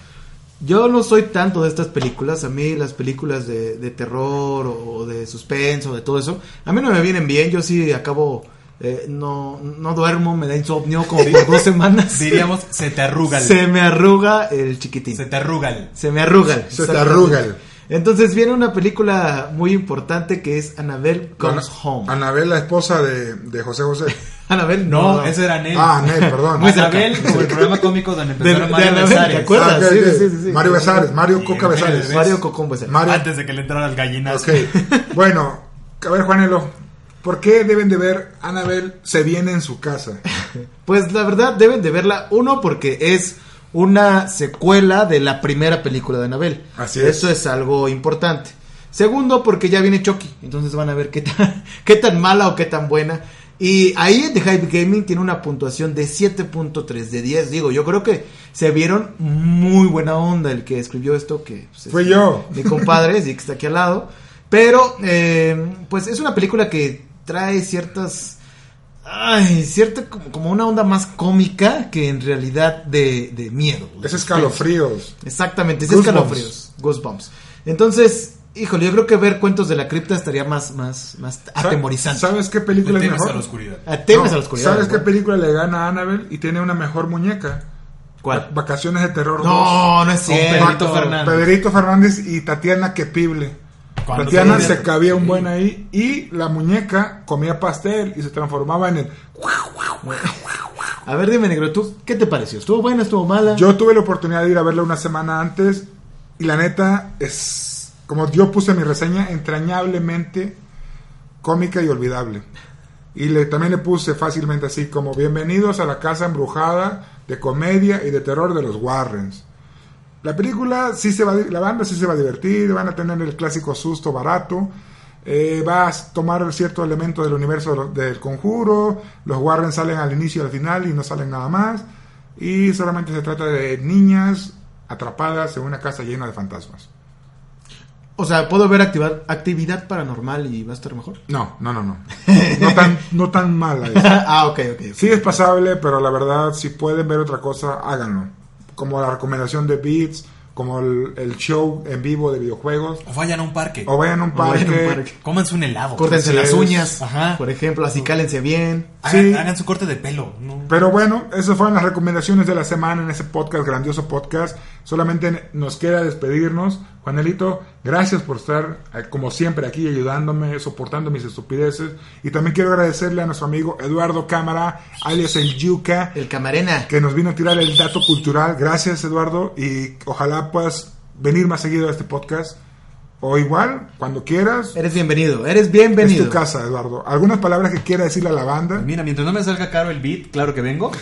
A: yo no soy tanto de estas películas, a mí las películas de, de terror o, o de suspenso, de todo eso, a mí no me vienen bien, yo sí acabo, eh, no, no duermo, me da insomnio como por dos semanas.
C: Diríamos, se te arruga el.
A: Se me arruga el chiquitín.
C: se te arruga el.
A: Se me arruga.
B: Se te arruga.
A: Entonces viene una película muy importante que es Annabelle Comes
B: Ana-
A: Home.
B: Anabel, la esposa de, de José José.
A: Annabelle
C: No, ese era Nel.
B: ah, Nel, perdón.
A: Muy cerca.
C: Isabel, como el programa cómico donde empezaron
A: De- de
C: Mario
A: Anabel, ¿te
C: Besares.
A: acuerdas?
B: Ah, ok,
A: Sí,
B: ok.
A: sí, sí, sí.
B: Mario Besares, Mario
C: Sí,
B: Coca
C: Mario
B: Besares.
C: Besares.
A: Mario Cocombo es el-
B: Mario-
C: Antes de que le entrara al gallinazo.
B: Ok. bueno, a ver, Juanelo. ¿Por qué deben de ver Anabel se viene en su casa?
A: Pues la verdad deben de verla, uno, porque es una secuela de la primera película de Anabel.
B: Así es.
A: Eso es algo importante. Segundo, porque ya viene Chucky, entonces van a ver qué tan, qué tan mala o qué tan buena. Y ahí The Hype Gaming tiene una puntuación de 7.3 de 10. Digo, yo creo que se vieron muy buena onda el que escribió esto, que pues,
B: Fui
A: es
B: yo.
A: Mi compadre, sí, que está aquí al lado. Pero, eh, pues es una película que trae ciertas... Ay, cierta como- como una onda más cómica que en realidad de, de miedo.
B: Es escalofríos.
A: Exactamente, es
B: Goosebumps.
A: escalofríos. Goosebumps. Entonces, híjole, yo creo que ver cuentos de la cripta estaría más, más, más atemorizante.
B: ¿Sabes qué
C: Le
B: película es
C: temes
B: mejor?
C: a la oscuridad.
A: A temes
B: No,
A: a la oscuridad.
B: ¿Sabes qué
A: ¿no?
B: película le gana a Annabelle y tiene una mejor muñeca? Va-
A: ¿Cuál?
B: Vacaciones de terror.
A: No, no es
C: Con
A: cierto.
C: Pedrito
B: Pedrito
C: Fernández.
B: Fernández. Pedrito Fernández y Tatiana Quepible.
C: Cuando
B: Tatiana
C: se-
B: se cabía un buen ahí y la muñeca comía pastel y se transformaba en el...
A: A ver, dime, negro, ¿tú qué te pareció? ¿Estuvo buena, estuvo mala?
B: Yo tuve la oportunidad de ir a verla una semana antes y la neta es, como yo puse en mi reseña, entrañablemente cómica y olvidable. Y le, también le puse fácilmente así como bienvenidos a la casa embrujada de comedia y de terror de los Warrens. La película sí se va, a di- la banda sí se va a divertir, van a tener el clásico susto barato, eh, va a tomar cierto elemento del universo de lo- del conjuro, los Warren salen al inicio y al final y no salen nada más, y solamente se trata de niñas atrapadas en una casa llena de fantasmas.
A: O sea, puedo ver activar, actividad paranormal y va a estar mejor.
B: No, no, no, no. No tan, no tan mala. es.
A: ah, ok, ok.
B: Sí es pasable, pero la verdad, si pueden ver otra cosa, háganlo. Como la recomendación de Beats, como el, el show en vivo de videojuegos,
C: O vayan a un parque.
B: o vayan a un
A: O vayan a un
B: parque.
A: parque.
C: Cómanse un helado.
A: Córtense
B: Así
A: las
B: es.
A: uñas,
C: Ajá.
A: por ejemplo, así cálense bien.
C: Hagan,
B: sí.
C: hagan su corte de pelo. ¿no?
B: Pero bueno, esas fueron las recomendaciones de la semana en ese podcast, grandioso podcast. Solamente nos queda despedirnos. Juanelito, gracias por estar eh, como siempre aquí ayudándome, soportando mis estupideces. Y también quiero agradecerle a nuestro amigo Eduardo Cámara, alias el Yuca,
A: El camarena.
B: que nos vino a tirar el dato cultural. Gracias, Eduardo, y ojalá puedas venir más seguido a este podcast. O igual, cuando quieras,
A: Eres bienvenido, eres
B: es
A: bienvenido.
B: tu casa, Eduardo. ¿Algunas palabras que quiera decirle a la banda?
C: Mira, mientras no me salga caro el beat, claro que vengo.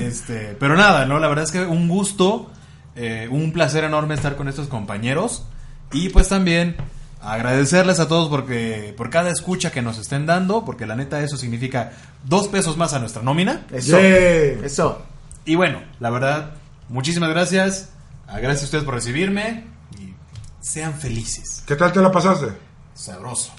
C: este, pero nada, no, la verdad es que un gusto, eh, un placer enorme estar con estos compañeros. Y pues también agradecerles a todos porque por cada escucha que nos estén dando, porque la neta eso significa dos pesos más a nuestra nómina.
A: Eso.
B: Yeah.
A: Eso.
C: Y bueno, la verdad, muchísimas gracias. Ah, Gracias a ustedes por recibirme. Y sean felices.
B: ¿Qué tal te la pasaste?
C: Sabroso.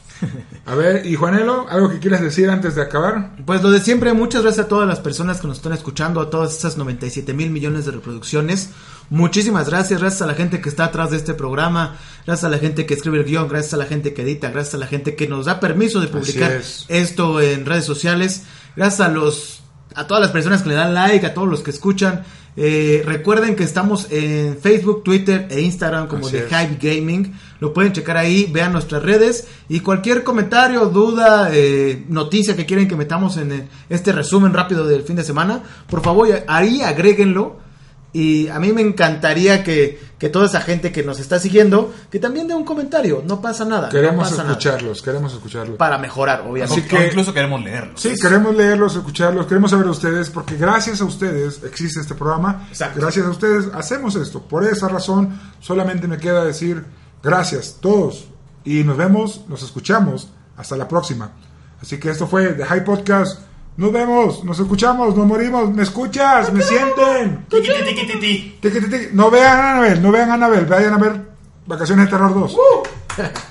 B: A ver, y Juanelo, ¿algo que quieras decir antes de acabar?
A: Pues lo de siempre, muchas gracias a todas las personas que nos están escuchando, a todas esas 97 mil millones de reproducciones. Muchísimas gracias, gracias a la gente que está atrás de este programa, gracias a la gente que escribe el guión, gracias a la gente que edita, gracias a la gente que nos da permiso de publicar
B: es.
A: esto en redes sociales, gracias a los a todas las personas que le dan like, a todos los que escuchan. Eh, recuerden que estamos en Facebook, Twitter e Instagram como
B: Así
A: The
B: es.
A: Hype Gaming. Lo pueden checar ahí, vean nuestras redes y cualquier comentario, duda, eh, noticia que quieren que metamos en el- este resumen rápido del fin de semana, por favor ahí agréguenlo. Y a mí me encantaría que, que toda esa gente que nos está siguiendo, que también dé un comentario, no pasa nada. no
B: Queremos
A: pasa nada.
B: escucharlos, queremos escucharlos.
A: Para mejorar, obviamente.
B: Así
C: o, o
B: que-
C: incluso queremos leerlos.
B: Sí, queremos leerlos, escucharlos, queremos saber de ustedes, porque gracias a ustedes existe este programa.
A: Exacto.
B: Gracias a ustedes hacemos esto. Por esa razón, solamente me queda decir gracias, todos. Y nos vemos, nos escuchamos. Hasta la próxima. Así que esto fue The High Podcast. Nos vemos, nos escuchamos, nos morimos. ¿Me escuchas? ¿Me sienten?
C: Tiqui, tiqui, tiqui, tiqui.
B: Tiqui, tiqui. No vean a Anabel, no vean a Anabel. Vayan a ver Vacaciones de Terror 2.